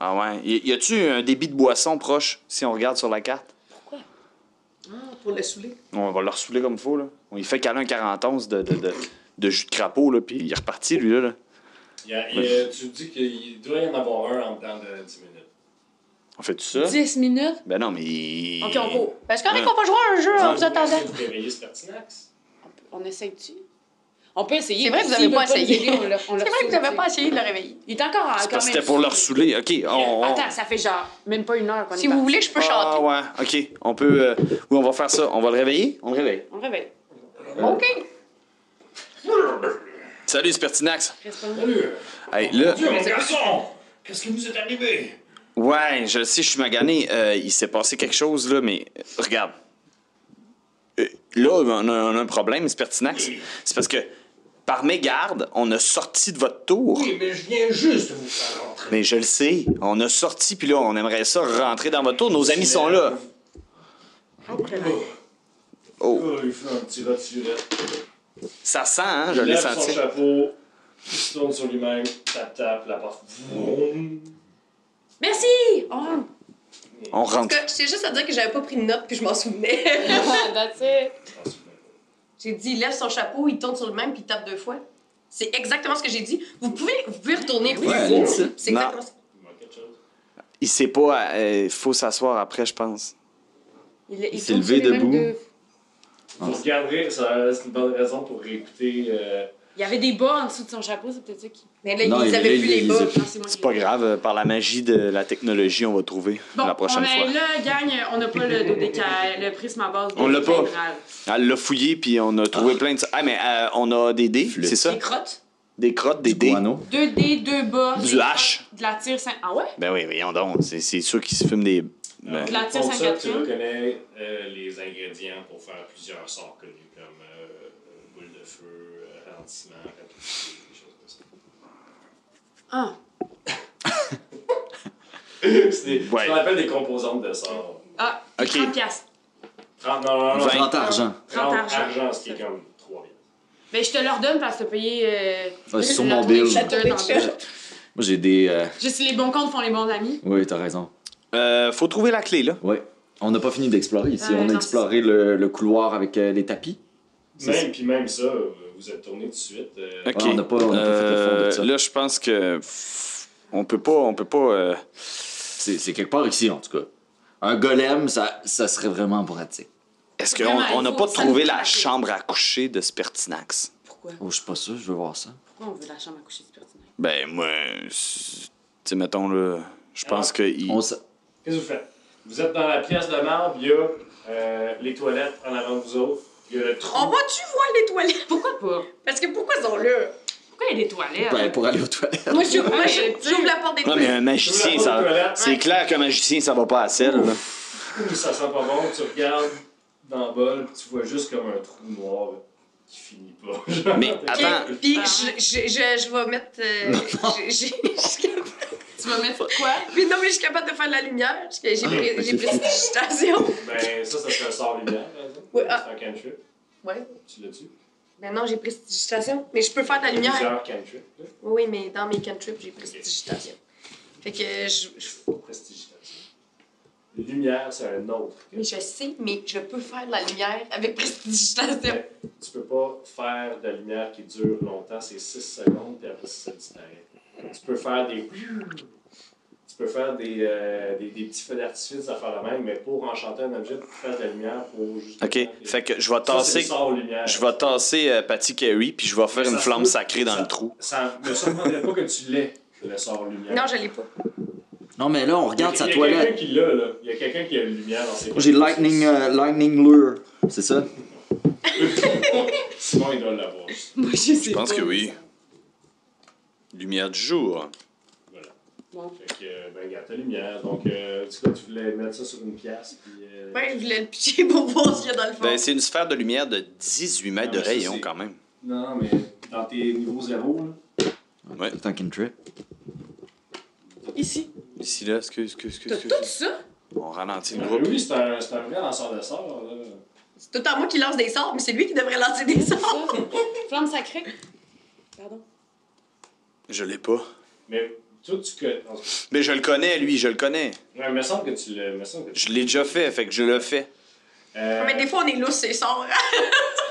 Ah ouais. Y y a-tu un débit de boisson proche, si on regarde sur la carte? Pour le saouler. On va le ressouler comme il faut, là. On lui fait caler un 41 de, de, de, de jus de crapaud, là, puis il est reparti, lui, là, là. Il y a- il y a- tu dis qu'il doit y en avoir un en dedans de 10 minutes. On fait tout ça? 10 minutes. Ben non, mais... Ok, on court. Ben, c'est correct qu'on peut jouer à un jeu en vous attendant. Tu peux réveiller Spartinax. On essaye-tu? On peut essayer. C'est vrai que S'il vous avez veut pas nous essayé. aider, on le- on le C'est vrai que refuse, j'avais tu pas sais. essayé de le réveiller. Il est encore à. C'est parce que c'était pour le ressouler. OK, on... on- Attends, ça fait genre même pas une heure qu'on est Si vous parti. voulez, je peux chanter. Ah ouais, OK. On peut... euh, Oui, on va faire ça. On va le réveiller? On le réveille. On le réveille. OK. Salut, Spertinax. Reste pas loin. Salut! Hey, là... Dieu, Ah, mon garçon! Qu'est-ce qui vous est arrivé? Ouais, je le sais, je suis magané. Euh, il s'est passé quelque chose, là, mais euh, regarde. Euh, là, on a, on a un problème, c'est pertinax. C'est parce que, par mégarde, on a sorti de votre tour. Oui, mais je viens juste vous faire rentrer. Mais je le sais, on a sorti, puis là, on aimerait ça rentrer dans votre tour. Nos amis sont là. Oh, Oh, il fait un petit raturette. ça sent, hein, je Il l'ai lève son senti. chapeau, il se tourne sur lui-même, tape, tape, la porte. Vroom. Merci! On rentre. On En rentre. tout cas, je tiens juste à dire que j'avais pas pris de notes puis je m'en souvenais. That's it. Ah, J'ai dit, il lève son chapeau, il tourne sur le même puis il tape deux fois. C'est exactement ce que j'ai dit. Vous pouvez, vous pouvez retourner. Oui, Ouais, vous- elle dit ça. C'est Non. exactement ça. Il manque quelque chose. Il sait pas, euh, faut s'asseoir après, je pense. Il, Il s'est tourne levé sur lui-même debout. de- Ah. Vous regarderez, ça, c'est une bonne raison pour réécouter. euh, Il y avait des bas en dessous de son chapeau, c'est peut-être ça qui. Mais là, Non, ils il- là, avaient plus il- les il- bas. il- Non, c'est moi C'est qui- pas grave, euh, par la magie de la technologie, on va trouver Bon, la on prochaine est fois. là, gang, on n'a pas le dodéca... le prisme à base. On l'a pas. dodécaédral. Elle l'a fouillé, puis on a trouvé plein de ça. Ah, mais euh, on a des dés, Flûte. c'est ça? Des crottes. Des crottes, des Du dés. guano. Deux dés, deux bas. Du des hache. crottes, De la tire 5. Ah ouais? Ben oui, voyons donc. C'est, c'est sûr qu'ils se fument des. Ben, en la fonction tire de ça, Tu Sainte-Catherine. reconnais euh, les ingrédients pour faire plusieurs sorts connus comme euh, boule de feu, euh, ralentissement, rapidité, des choses comme ça. Ah. C'est des- Ouais. Ce qu'on appelle des composantes de sorts. Ah, Ok. 30 piastres. 30, non, Ah, non, non, Vingt. 30 argent. 30 30 argent. argent, ce qui est comme 3 000. Mais Ben, je te leur donne parce que t'as payé. Euh, Ouais, c'est sur la mon tournée bill. que j'ai Moi, deux La tantôt. tournée que j'ai des. euh, Juste les bons comptes font les bons amis. Oui, t'as raison. euh, faut trouver la clé, là. Ouais. On n'a pas fini d'explorer ici. Ouais, on a non, exploré le, le couloir avec euh, les tapis. C'est Même, puis même ça, euh, vous êtes tourné tout de suite. euh, Ok. on n'a pas- on n'a pas fait le fond de Euh, ça. Là, je pense que. pff, On peut pas. On peut pas. euh, C'est c'est quelque part ici, en tout cas. Un golem, ça, ça serait vraiment pratique. Est-ce qu'on Vraiment, on n'a il pas faut- ça trouvé nous la fait chambre à coucher de Spertinax? Pourquoi Oh, je suis pas sûr, je veux voir ça. Pourquoi on veut la chambre à coucher du pertinent Ben, moi. c'est- Tu sais, mettons, là. Je pense que. il- On s- Qu'est-ce que vous faites? Vous êtes dans la pièce de marbre, il y a euh, les toilettes en avant de vous autres, il y a le trou. On va-tu voir les toilettes? Pourquoi pas Parce que pourquoi ils sont là? Pourquoi il y a des toilettes ben, pour aller aux toilettes. Moi, je- moi, je- Ouais, j'ouvre la porte des Non, mais toilettes. un magicien, Tout le monde aux ça. toilettes, C'est ouais. clair qu'un magicien, ça va pas à celle, là. ça sent pas bon, tu regardes dans le bol, puis tu vois juste comme un trou noir là, qui finit pas. Genre, Mais t'es- attends. Puis je, je, je, je vais mettre. euh, j'ai- j'ai- je suis capable- Tu vas mettre quoi mais non, mais je suis capable de faire de la lumière. parce que J'ai pris, j'ai pris cette digitation. Ben, ça, ça serait un sort lumière, par exemple. Ouais, ah. C'est un cantrip. Ouais. Tu l'as tu Ben non, j'ai pris cette digitation. Mais je peux faire de la lumière. Plusieurs cantrips, là. Oui, mais dans mes cantrips, j'ai pris cette digitation. Fait que je. je- Prestigitation. Lumière, c'est un autre. Mais je sais, mais je peux faire de la lumière avec prestidigitation. Tu peux pas faire de la lumière qui dure longtemps, c'est 6 secondes, puis après ça disparaît. Tu peux faire des. Tu peux faire des, euh, des, des petits feux d'artifice à faire la même, mais pour enchanter un objet, tu fais de la lumière pour juste. OK. Fait que je vais Ça, c'est tasser, le sort lumière. je vais tasser euh, Patty Carey, puis je vais faire Ça une se flamme peut. sacrée dans Ça- le trou. Ça me surprendrait pas que tu l'aies, le sort lumière. Non, je l'ai pas. Non, mais là, on regarde sa Il y a quelqu'un toilette. qui l'a, là. Il y a quelqu'un qui a une lumière dans ses J'ai Lightning, euh, lightning Lure. C'est ça? Sinon, il doit l'avoir. Moi, je sais Je pense que oui. Lumière du jour. Fait que, euh, ben, garde ta lumière. Donc, euh, tu, tu voulais mettre ça sur une pièce, puis. euh, Ouais, Ben, je voulais le picher pour voir ce qu'il y a dans le fond. Ben, c'est une sphère de lumière de 18 mètres de Ah, mais ça, rayon c'est- quand même. Non, non, mais dans tes niveaux zéro, là. Ouais. C'est un cantrip. Ici. Ici, là, excuse, excuse, excuse. T'as excuse. tout ça? On ralentit le Ben groupe. oui, c'est un, c'est un vrai lanceur de sorts, là. C'est tout le temps moi qui lance des sorts, mais c'est lui qui devrait lancer des sorts. Ça? Flamme sacrée? Pardon. Je l'ai pas. Mais toi, tu que. en tout cas, Mais je le connais, lui, je le connais. Ouais, il me semble que tu le. il me semble que tu- Je l'ai déjà fait, fait que je le fais. Euh, Mais des fois, on est lousse, ces sorts.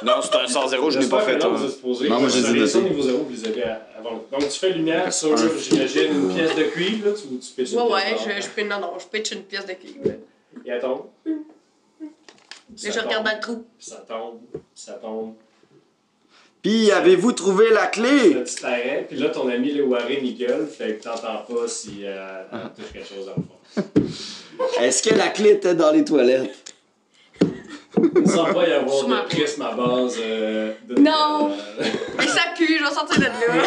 Non, c'est un sort zéro, je l'ai j'espère pas que fait. là, hein. vous êtes posés. Non, moi, je Vous les ai avez ça notés. niveau zéro, puis vous avez à- avant. Donc, tu fais lumière Un. sur, j'imagine, une pièce de cuivre, là. Tu, tu pitches une Ouais, ouais, pièce d'or. je, je peux. Non, non, je pitch une pièce de cuivre. Là, Et elle tombe. Ça je regarde tombe, dans le trou. puis Ça tombe, puis ça tombe. Puis, avez-vous trouvé la Puis Là, clé? tu t'arrêtes, puis là, ton ami le Warren, il gueule, fait que t'entends pas si euh, Ah. elle touche quelque chose dans le fond. Est-ce que la clé était dans les toilettes? Il semble pas y avoir Sûrement de prisme à base euh, de. Non. euh, Mais ça pue, je vais sortir de là.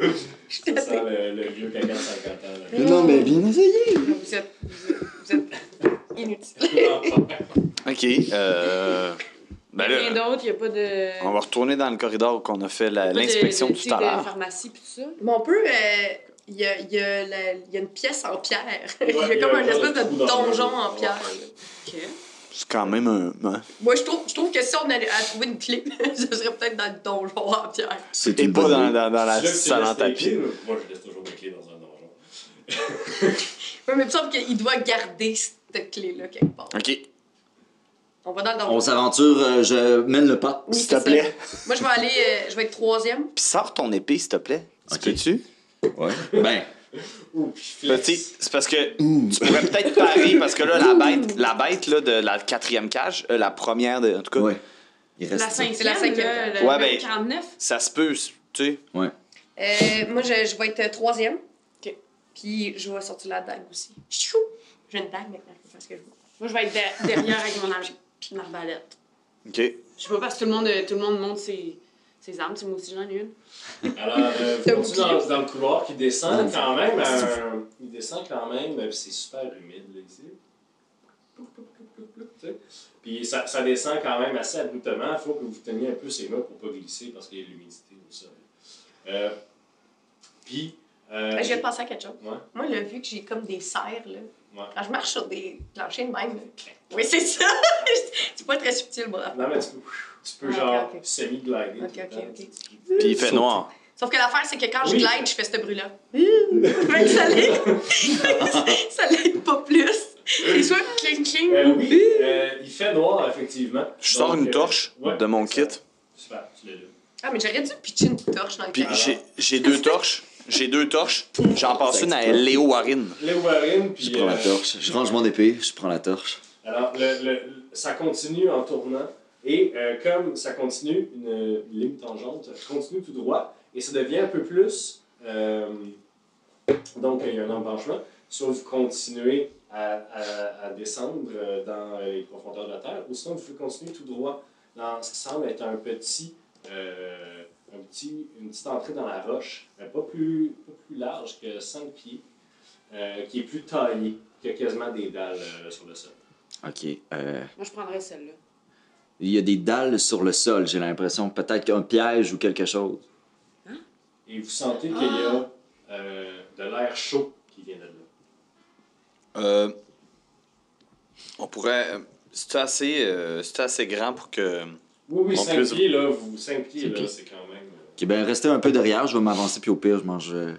Je suis ça sent testée. le, le vieux caca de 50 ans. là. Non, mais bien essayé! Vous êtes. Vous êtes inutile. Ok. Euh... Ben Rien là, d'autre, y a pas de. on va retourner dans le corridor qu'on a fait la- euh, pas de- l'inspection de- tout à de l'heure. pharmacie pis tout ça. Mais on peut. euh, Il y, a, il y a la- il y a une pièce en pierre. il Ouais, y a comme un espèce trou de dans le donjon mur. en pierre. Ok. C'est quand même un. hein? Moi, je trouve, je trouve que si on allait à trouver une clé, ce serait peut-être dans le donjon en pierre. C'est Et une pas bonne dans, idée. dans- dans Tu la sais que tu salle en laisses les tapis. clés, là? Moi, je laisse toujours mes clés dans un donjon. Ouais, mais il me semble qu'il doit garder cette clé-là quelque part. Ok. On va dans le donjon. On s'aventure, euh, je mène le pas. Oui, S'il c'est te ça. plaît. Moi, je vais aller. euh, je vais être troisième. Puis sors ton épée, s'il te plaît. Tu Ok. Peux-tu? Ouais. Ben, Ouh, puis Ben, flex. tu sais, c'est parce que tu pourrais peut-être parer, parce que là, la bête, la bête là, de la quatrième cage, euh, la première, de, en tout cas, ouais. Il reste. La cinquième, C'est la cinquième, là, là. le Ouais, numéro ben- 49. ça se peut, tu sais. Euh, moi, je, je vais être euh, troisième. Ok. Puis, je vais sortir la dague aussi. Euh, Chou! J'ai une dague maintenant, je peux faire ce que je veux. Moi, je vais être de- derrière avec mon arg- mon arbalète. OK. Je sais pas parce que tout le monde, euh, tout le monde monte ses, ses armes, tu sais, moi aussi j'en ai une. Alors, euh, vous continuez dans, dans le couloir qui descend quand même. euh, il descend quand même, euh, puis c'est super humide là, ici. Plouc, plouc, plouc, plouc, plouc, tu sais. Puis ça, ça descend quand même assez abruptement. Il faut que vous teniez un peu ces mains pour pas glisser parce qu'il y a de l'humidité au sol. Euh, puis. euh, Ben, je viens de penser à quelque chose. Ouais. Moi, là, vu que j'ai comme des serres, là, Ouais. quand je marche sur des planchers de même, là, oui, c'est ça! c'est pas très subtil, mon affaire. Non, mais tu peux, tu peux Ouais, genre Ah, ok, ok. semi-glider. Ok, tout le ok, temps. ok. Puis il fait noir. Sauf que l'affaire, c'est que quand je Oui. glide, je fais ce bruit-là. Fait que ça l'aide. ça l'aide pas plus. C'est soit cling cling. Euh, oui, euh, il fait noir, effectivement. Je sors Donc, une euh, torche ouais, de mon ça- kit. Super, tu l'as là. Ah, mais j'aurais dû pitcher une torche dans le Puis cadre. j'ai- j'ai deux torches. J'ai deux torches. J'en passe une à Léo Warren. Léo Warren, puis. Je prends la euh, torche. Je range mon épée, je prends la torche. Alors, le, le- ça continue en tournant. Et euh, comme ça continue, une, euh, ligne tangente continue tout droit. Et ça devient un peu plus. euh, donc, il y a un embranchement. Soit vous continuez à, à- à descendre euh, dans les profondeurs de la Terre, ou sinon vous pouvez continuer tout droit dans ce qui semble être un petit, euh, un petit, une petite entrée dans la roche, mais pas plus, pas plus large que 5 pieds, euh, qui est plus taillée, qui a quasiment des dalles euh, sur le sol. Ok. euh, Moi, je prendrais celle-là. Il y a des dalles sur le sol, j'ai l'impression. Peut-être qu'un piège ou quelque chose. Et vous sentez qu'il y a Ah. euh, de l'air chaud qui vient de là. Euh, on pourrait. euh, C'est assez, euh, c'est assez grand pour que. Oui, oui, En 5 plus- pieds, là, vous, 5 pieds, Cinq là, pieds. c'est quand même... euh, Ok, ben restez un peu derrière, je vais m'avancer, puis au pire, je mange. euh,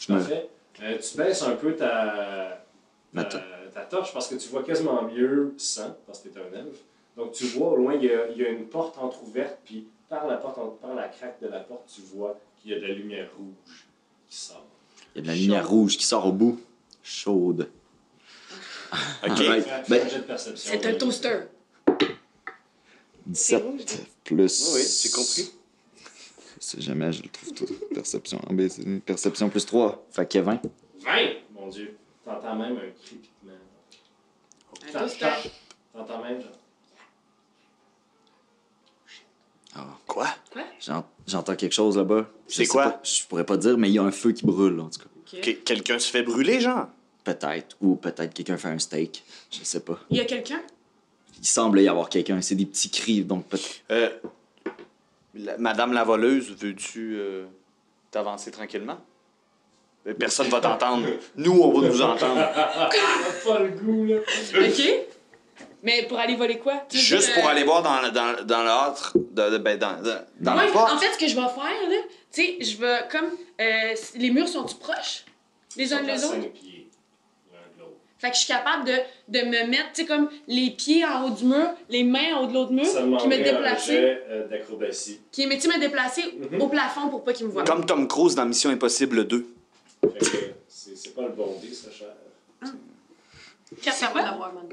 Je me. Parfait. Euh, tu baisses un peu ta, Ma ta, to- ta, ta torche parce que tu vois quasiment mieux sans, parce que tu es un elfe. Donc tu vois, au loin, il y a, il y a une porte entr'ouverte, puis par la, porte, en- par la craque de la porte, tu vois qu'il y a de la lumière rouge qui sort. Il y a de la lumière rouge qui sort au bout. Chaude. OK. Alright. Fais- fais Ben- un jet de perception. C'est un toaster. 17 plus. Oui, oui, j'ai compris. Si jamais je le trouve tout. Perception. Ah, ben, c'est une Perception plus 3. Fait que 20. 20! Mon Dieu. T'entends même un crépitement. Un toaster. T'entends même, genre. Quoi? J'en- J'entends quelque chose là-bas. Je C'est sais quoi? pas- Je pourrais pas dire, mais il y a un feu qui brûle, en tout cas. Que- Quelqu'un se fait brûler, genre? Peut-être. Ou peut-être quelqu'un fait un steak. Je sais pas. Il y a quelqu'un? Il semble y avoir quelqu'un. C'est des petits cris, donc peut Euh, la- Madame la voleuse, veux-tu euh, t'avancer tranquillement? Euh, Personne va t'entendre. Nous, on va nous entendre. T'as pas le goût, là. OK. Mais pour aller voler quoi? Tu veux Juste dire, pour euh, aller voir dans, dans, dans l'âtre, de, de- ben, dans, de- dans moi, la porte. En fait, ce que je vais faire, là, tu sais, je vais comme. euh, si- les murs sont-tu proches? Les uns de les autres? Cinq pieds. euh, L'un de l'autre. Fait que je suis capable de, de me mettre, tu sais, comme les pieds en haut du mur, les mains en haut de l'autre mur, Ça puis me demanderait un déplacer. jet, euh, d'acrobatie. Qui mais tu sais, me déplacer Mm-hmm. au plafond pour pas qu'ils me voient. Comme Tom Cruise dans Mission Impossible 2. Fait que c'est c'est pas le bon dé, ça, cher. Qu'est-ce qu'on va l'avoir, man?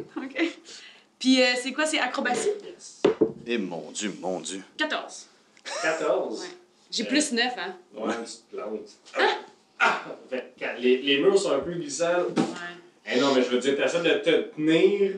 Puis euh, c'est quoi, c'est acrobatie? Yes. Eh mon Dieu, mon Dieu. 14. 14. Ouais. J'ai plus 9, hein? Ouais, tu te plantes. Ah! Fait que quand les, les murs sont un peu glissants. Eh non, mais je veux dire, t'essaies de te tenir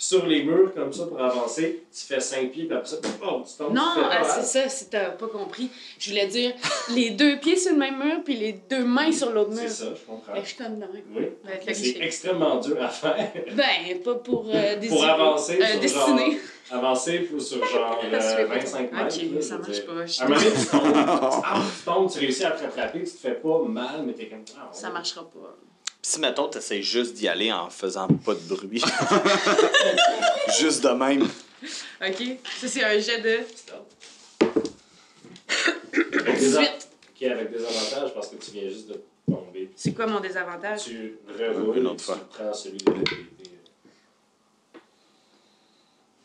sur les murs comme ça pour avancer. Tu fais 5 pieds, puis après ça, oh, tu tombes. Non, tu te fais euh, mal. c'est ça, si t'as pas compris. Je voulais dire les deux pieds sur le même mur, puis les deux mains sur l'autre mur. C'est ça, je comprends. Fait que je suis comme non. Oui. Avec Mais la C'est cliché. extrêmement dur à faire. Ben, pas pour euh, des Pour avancer euh, sur dessiner. genre... Avancer pour- sur genre euh, Parce que- 25 mètres. là, je veux Ok, ça marche dire. pas. je- À un moment donné, tu tombes, Ah, tu tombes, tu réussis à te rattraper, tu te fais pas mal, mais t'es comme... Ah, Ça marchera pas. Si, mettons, t'essayes juste d'y aller en faisant pas de bruit. juste de même. OK? Ça, c'est un jet de. Avec des, 18. ok, avec des avantages parce que tu viens juste de tomber. C'est quoi mon désavantage? Tu Une reroules et autre tu fois. prends celui de l'autre.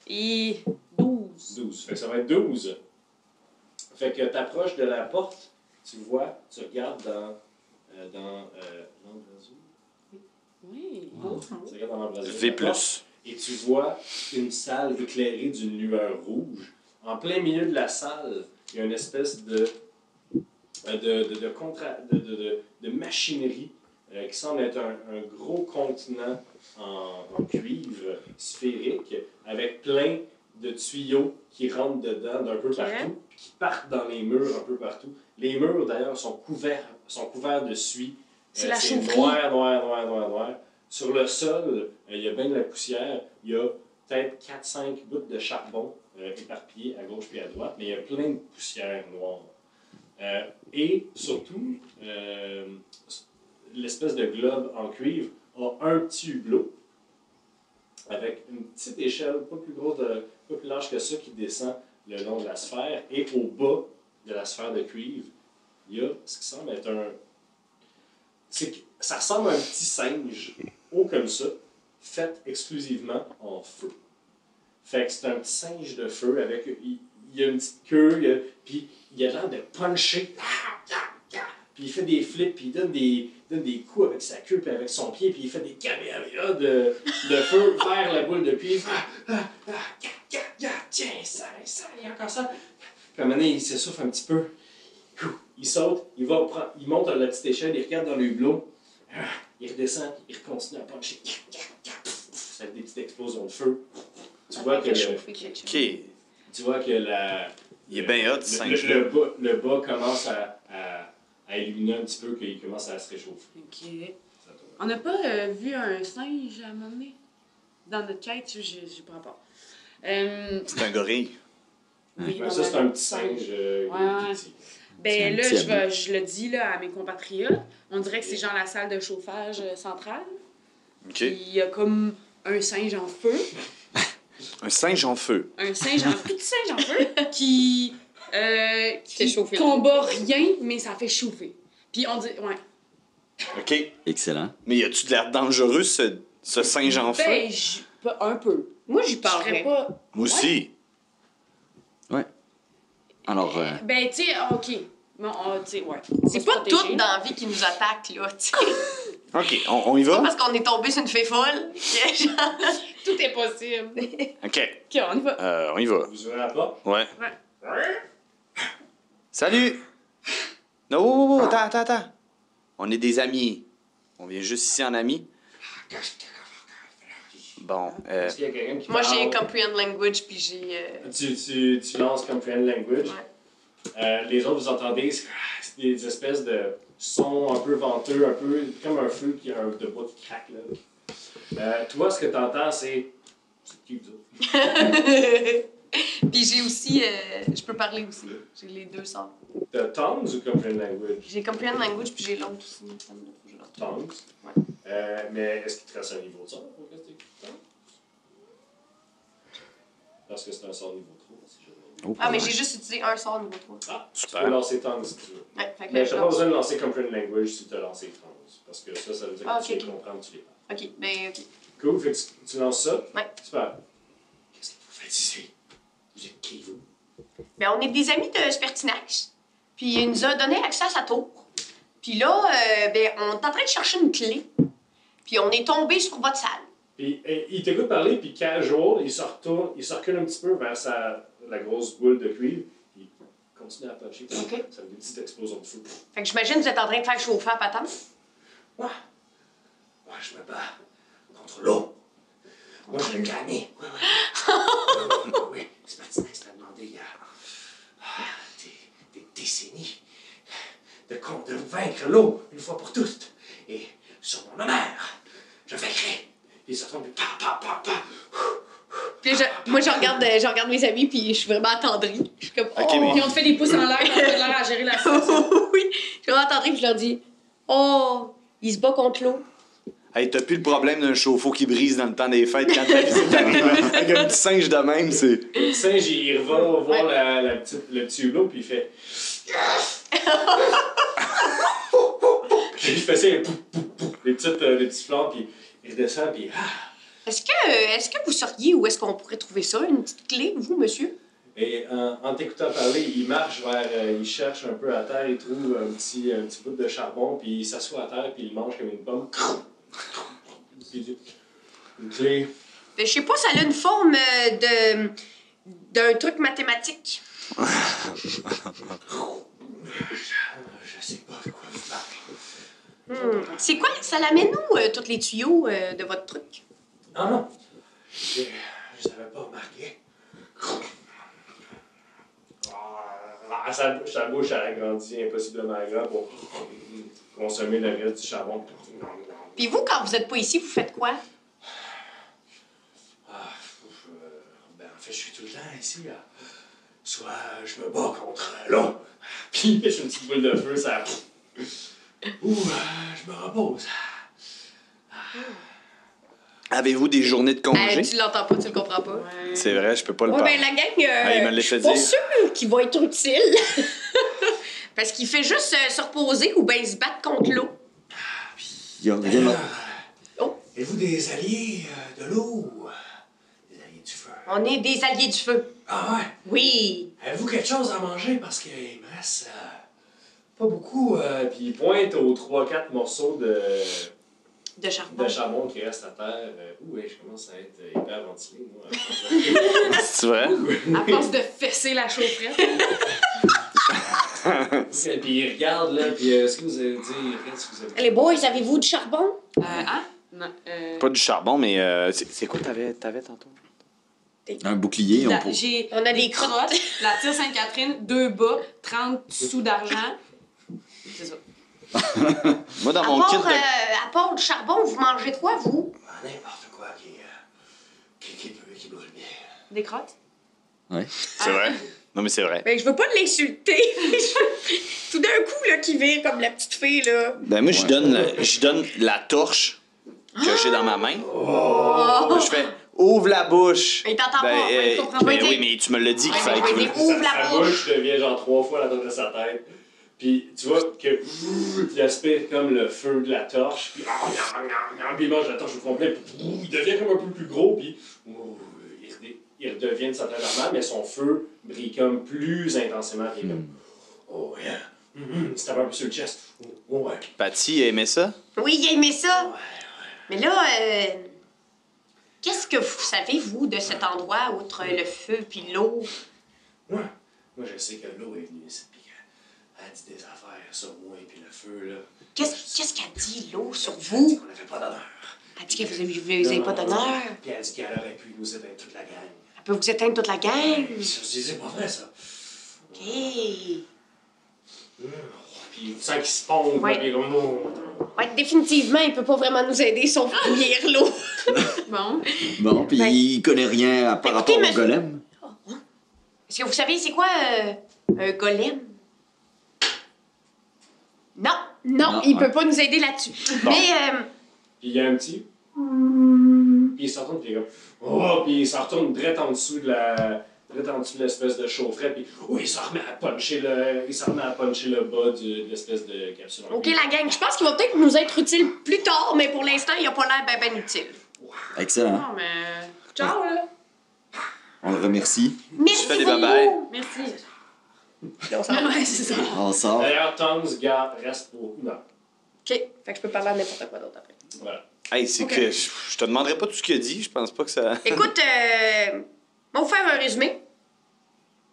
Et 12. 12. Fait que ça va être 12. Fait que t'approches de la porte, tu vois, tu regardes dans... euh, dans... euh, l'embrasure. Oui. Ah. Tu regardes dans l'embrasure de V+. la porte. et tu vois une salle éclairée d'une lueur rouge. En plein milieu de la salle, il y a une espèce de, de, de, de contra- de- de- de- de machinerie euh, qui semble être un, un gros contenant en, en cuivre sphérique avec plein de tuyaux qui rentrent dedans d'un peu partout, puis qui partent dans les murs un peu partout. Les murs, d'ailleurs, sont couverts, sont couverts de suie. Euh, C'est la chaufferie. noir, noir, noir, noir, noir. Sur le sol, euh, il y a bien de la poussière. Il y a peut-être 4-5 bouts de charbon euh, éparpillés à gauche puis à droite, mais il y a plein de poussière noire. Euh, et surtout, euh, l'espèce de globe en cuivre a un petit hublot avec une petite échelle, pas plus grosse, de- pas plus large que ça, qui descend le long de la sphère. Et au bas de la sphère de cuivre, il y a ce qui semble être un. C'est que ça ressemble à un petit singe, haut comme ça, fait exclusivement en feu. Fait que c'est un petit singe de feu avec. Il, il a une petite queue, il a- puis il a l'air de puncher. ah, Puis il fait des flips, puis il donne des, donne des coups avec sa queue, puis avec son pied, puis il fait des caméras de, de feu vers la boule de cuivre. Ah, ah, ah, ga, ga, ga, tiens, ça, ça, il y a encore ça. Puis à un moment donné, il s'essouffle un petit peu. Il saute, il va prendre, il monte à la petite échelle, il regarde dans le hublot. Ah, Il redescend, il continue à puncher. Ga, ga, ga, pff, Ça fait des petites explosions de feu. Tu vois que, tu OK. Il vois que la, est bien hot, ce le, singe. le, le bas, le bas commence à, à, à illuminer un petit peu, qu'il commence à se réchauffer. OK. Ça tourne. On n'a pas euh, vu un singe à un moment donné? Dans notre quête, j'ai- j'ai pas rapport. Euh, C'est un gorille. Ouais, oui, dans Ben, ça, la- c'est un petit singe. euh, Ouais, qui est ouais. petit. C'est un Ben là, petit je, vais- je le dis là, à mes compatriotes, on dirait que c'est genre la salle de chauffage euh, centrale. OK. Puis il y a comme un singe en feu, Un singe en feu. un singe en petit singe en feu qui, euh, fait qui chauffer le- combat rien, mais ça fait chauffer. Puis on dit, ouais, OK. Excellent. Mais y a-tu de l'air dangereux, ce Ce singe en feu. Ben, j- pas- un peu. Moi, j'y Je serais parlerais. pas. Moi aussi. Alors, euh, Ben, tu sais, ok. Bon, on- tu sais, ouais. C'est pas toutes dans la vie qui nous attaquent, là, tu sais. OK, on, on y Pas va? Ah. parce qu'on est tombé sur une fée folle. que genre- Tout est possible. ok, OK, on y va. euh, on y va. Vous ouvrez la porte. Ouais. Salut! Non, wow, wow, wow, attends, attends, attends. On est des amis. On vient juste ici en amis. Bon, euh, Est-ce qu'il y a quelqu'un qui Moi, j'ai parle? Comprehend Language, puis j'ai... euh, Tu, tu, tu lances Comprehend Language. Euh, les autres, vous entendez, c'est ah, c'est des espèces de sons un peu venteux, un peu comme un feu qui a un, de bois qui craque. Là. Euh, toi, ce que tu entends, c'est. C'est qui, vous autres? euh, puis j'ai aussi... euh, Je peux parler aussi. J'ai les deux sens. T'as Tongues ou Comprehend Language? J'ai Comprehend Language, puis j'ai l'autre aussi. Attends, là, faut que je le retrouve. Tongues. Ouais. Euh, mais est-ce qu'il te reste un niveau de son pour rester Tongues? Parce que c'est un sort niveau 3, si je veux. oh, Ah, mais pardon. j'ai juste utilisé un sort niveau 3. Ah, Tu peux super. lancer Tongues si tu veux. Ouais, fait que là, Mais je t'as pas lance. besoin de lancer Comprehend Language si tu as lancé Tongues. Parce que ça, ça veut dire que Ah, tu ok, les ok. comprends, tu les parles. OK, ben... ok. Cool, fait que tu- tu lances ça. Ouais. Super. Qu'est-ce que vous faites ici? Vous êtes qui, vous? Ben, on est des amis de Spertinax. Puis il nous a donné accès à sa tour. Puis là, euh, ben, on est en train de chercher une clé. Puis on est tombé sur votre salle. Puis euh, il t'écoute parler, puis casual, il se retourne, il se recule un petit peu vers sa, la grosse boule de cuivre, puis il continue à puncher. Ok. Ça me dit une petite explosion de feu. Fait que j'imagine que vous êtes en train de faire chauffer à patente. Moi, moi, je me bats contre l'eau. Moi, je vais me gagner. Oui, oui. oui, oui. C'est Martina qui m'a demandé il y a ah, des, des décennies de, con- de vaincre l'eau une fois pour toutes. Et sur mon honneur, je vaincrai. Ils se tombent, pa, pa, pa, pa. Puis là, je- moi, je regarde, euh, je regarde mes amis, puis je suis vraiment attendrie. Je suis comme, OK, oh, mais- Puis on te fait des pouces en l'air, on a l'air à gérer la situation. oh, oui. Je suis vraiment attendrie, puis je leur dis, oh, il se bat contre l'eau. Hey, t'as plus le problème d'un chauffe-eau qui brise dans le temps des fêtes quand la visite arrive. Avec un petit singe de même, c'est. Le singe, il va voir la, la petite, le petit hublot, puis il fait. puis il fait ça, il pouf, pouf, pouf, les, petites, euh, les petits flancs, puis il redescend, puis. ah. Est-ce que, euh, est-ce que vous sauriez où est-ce qu'on pourrait trouver ça, une petite clé, vous, monsieur? Et en, euh, en t'écoutant parler, il marche vers. euh, il cherche un peu à terre, il trouve un petit, un petit bout de charbon, puis il s'assoit à terre, puis il mange comme une pomme. Puis il dit, Une clé. Ben, je sais pas, ça a une forme euh, de d'un truc mathématique. Ah, Je sais pas de quoi vous parlez. Hmm. C'est quoi? Ça l'amène où, euh, tous les tuyaux euh, de votre truc? Ah non! Je je savais pas remarqué. Ah, sa, sa bouche, elle agrandit impossiblement grande pour consommer le reste du charbon. Puis vous, quand vous êtes pas ici, vous faites quoi? Ah, ouf, euh, ben, en fait, je suis tout le temps ici. là. Soit euh, je me bats contre l'eau, puis je une petite boule de feu, ça. Ou euh, je me repose. Avez-vous des journées de Euh, congé? tu l'entends pas, tu le comprends pas. C'est vrai, je peux pas le Ouais, parler. ben la gang, euh, Ah, il me l'a je fait suis pas dire. sûre qu'il va être utile. Parce qu'il fait juste euh, se reposer ou ben se battre contre l'eau. il y a rien à- Êtes-vous des alliés euh, de l'eau ou, euh, des alliés du feu? On est des alliés du feu. Ah ouais? Oui. Avez-vous quelque chose à manger? Parce qu'il me reste euh, pas beaucoup. euh, Puis il pointe aux 3-4 morceaux de, De charbon. de charbon qui restent à terre. Euh, Ouh, ouais, je commence à être euh, hyper ventilé, moi. C'est vrai? À force de fesser la chaufferette. Puis il regarde, là, puis euh, ce que vous avez dit, il regarde ce que vous avez dit. Les boys, avez-vous du charbon? Euh, hein? Non. Euh, Pas du charbon, mais euh, c'est c'est quoi t'avais t'avais tantôt? un bouclier, on la- peut. J'ai On a des des crottes, la tire Sainte-Catherine, deux bas, 30 sous d'argent. C'est ça. Moi, dans À Ah, mon kit part, de. euh, à part du charbon, vous mangez de quoi, vous? Ah, N'importe quoi qui, euh, qui, qui, peut- qui brûle bien. Des crottes? C'est vrai? euh, Non, mais c'est vrai. Ben, je veux pas l'insulter. Tout d'un coup, là, qui vire comme la petite fille, là. Ben, moi, je Ouais. donne, la- je donne la torche que j'ai dans ma main. Je fais ouvre la bouche. Oh! Mais t'entends Ben, pas, euh, il comprend pas. ben il dit- oui, mais tu me l'as dit qu'il Ouais, fallait mais je qu'il vais dire ouvre. ouvre Sa- la sa bouche. devient genre trois fois la taille de sa tête. Puis tu vois que il aspire comme le feu de la torche. Puis, ah, puis il mange la torche au complet. Il devient comme un peu plus gros. Puis il redé- il redevient de sa taille normale, mais son feu brille comme plus intensément. Puis il est comme, Hmm. Oh yeah. Mhm, C'est un peu sur le chest. Oh, ouais. Patty a aimé ça? Oui, il aimait ça. Mais là, euh, qu'est-ce que vous savez, vous, de cet endroit, outre le feu puis l'eau? Ouais. Moi, je sais que l'eau est venue ici. Puis elle a dit des affaires sur moi. Puis le feu, là. Qu'est-ce qu'est-ce qu'a dit l'eau sur Elle dit vous? qu'on n'avait pas d'honneur. Elle dit que vous n'avez pas d'honneur. Puis elle dit qu'elle aurait pu nous éteindre toute la gang. Elle peut vous éteindre toute la gang. Je dis, c'est pas vrai, ça. OK. Puis il sent qu'il se fond. Ouais. puis il est comme, oh. non. Ouais, définitivement, il peut pas vraiment nous aider, sauf bouillir l'eau. Bon. Bon, puis Ben- il connaît rien à- par Écoutez, rapport au monsieur- golem. Est-ce que vous savez, c'est quoi euh, un golem? Non. Non, Non, il ouais. hein. peut pas nous aider là-dessus. Mais euh, Puis il y a un petit. Puis il se retourne, puis il est comme, oh, puis il se retourne direct en dessous de la. direct en dessous de l'espèce de chaufferette, puis oh, il se remet à puncher le, il se remet à puncher le bas du- de l'espèce de capsule. OK, la gang, je pense qu'il va peut-être nous être utile plus tard, mais pour l'instant, il a pas l'air ben, ben utile. Excellent. Non, mais. Ciao, là. On le remercie. merci fais des beaucoup. babayes. Merci. Ouais, c'est ça. On sort. Euh. D'ailleurs, Tongs garde, reste pour une heure. OK, fait que je peux parler à n'importe quoi d'autre après. Voilà. Hey, c'est que je, je te demanderai pas tout ce qu'il a dit, je pense pas que ça. Écoute, euh, on va vous faire un résumé.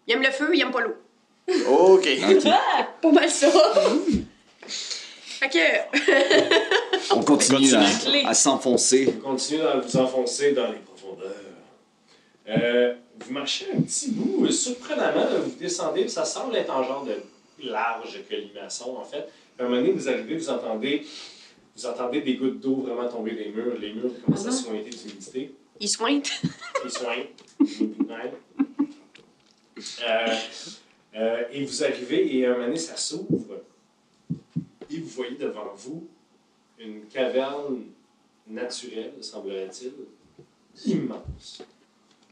Il aime le feu, il aime pas l'eau. OK. Pas mal ça. Fait euh, que, On continue à, Continue. à s'enfoncer. Vous continuez à vous enfoncer dans les profondeurs. Euh, vous marchez un petit bout, euh, surprenamment, là, vous descendez, ça semble être en genre de large colimaçon, en fait. Puis à un moment donné, vous arrivez, vous entendez, vous entendez des gouttes d'eau vraiment tomber des murs. Les murs commencent à Ah non. sointer d'humidité. il soigne. Ils soignent. Euh, euh, et vous arrivez, et à un moment donné, ça s'ouvre. Et vous voyez devant vous une caverne naturelle, semblerait-il, immense.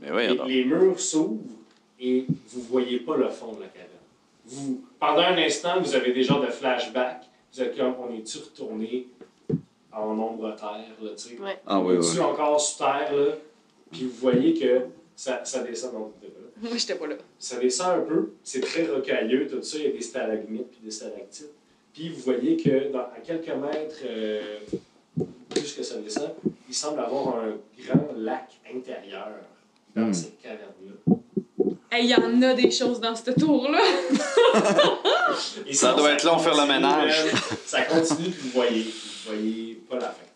Mais oui, Et alors. les murs s'ouvrent et vous voyez pas le fond de la caverne. Vous, pendant un instant, vous avez des genres de flashbacks. Vous êtes comme, on est-tu retourné en ombre terre, là, tu sais? Ouais. Ah oui, On oui. est-tu encore sous terre, là? Puis vous voyez que ça, ça descend dans le Moi, j'étais pas là. ça descend un peu, c'est très rocailleux, tout ça, il y a des stalagmites puis des stalactites. Puis vous voyez que dans, à quelques mètres euh, plus que ça descend, il semble avoir un grand lac intérieur dans Hmm. cette caverne-là. Hey, il y en a des choses dans ce tour-là. Et Ça doit être long continue, faire le ménage. euh, Ça continue, puis vous voyez, vous voyez pas la fin.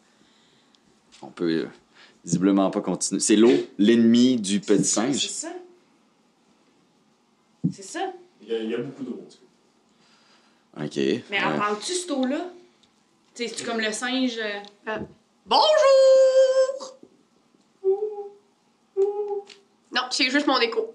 On peut euh, visiblement pas continuer. C'est l'eau, l'ennemi du petit singe. C'est ça. C'est ça. Il y a, il y a beaucoup d'eau, en tout cas. Ok. Mais ouais. en parles-tu, ce taux-là? Tu sais, c'est-tu comme le singe. euh, Bonjour! Non, c'est juste mon écho.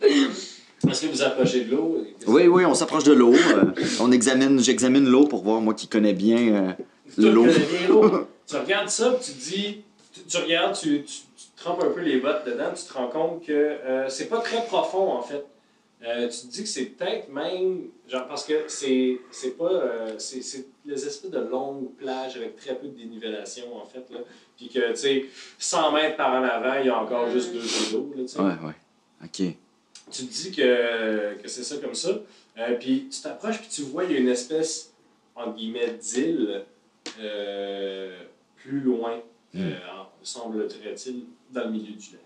Est-ce que vous approchez de l'eau? Oui, oui, on s'approche de l'eau. euh, on examine, j'examine l'eau pour voir, moi qui connais bien euh, l'eau. l'eau. tu regardes ça, puis tu te dis, tu, tu regardes, tu, tu, tu trempes un peu les bottes dedans, tu te rends compte que euh, c'est pas très profond en fait. Euh, tu te dis que c'est peut-être même, genre parce que c'est c'est pas, euh, c'est c'est les espèces de longues plages avec très peu de dénivellation en fait là, puis que tu sais 100 mètres par en avant, il y a encore juste deux jeux d'eau là, tu sais euh, Ouais, ouais. Ok. tu te dis que, que c'est ça comme ça. Euh, puis tu t'approches, puis tu vois, il y a une espèce, entre guillemets, d'île euh, plus loin, euh, en- semble-t-il, dans le milieu du lac.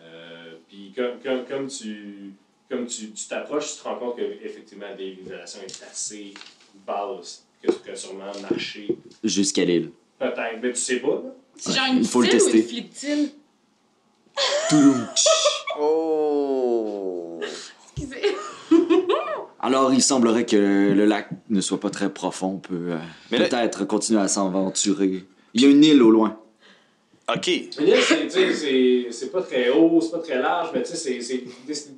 Euh, puis comme, comme, comme tu comme tu tu t'approches, tu, te rends compte que effectivement la dénivellation est assez basse, que tu peux sûrement marcher. Jusqu'à l'île. Peut-être, mais tu sais pas. là. C'est Ouais, genre une il faut le petite île ou une tester. flip d'île? Touloum. Oh! Excusez. Alors, il semblerait que le lac ne soit pas très profond. On peut euh, Mais là- peut-être continuer à s'aventurer. Il y a une île au loin. OK. Une île, c'est, tu sais, c'est- c'est pas très haut, c'est pas très large, mais tu sais, c'est- c'est c'est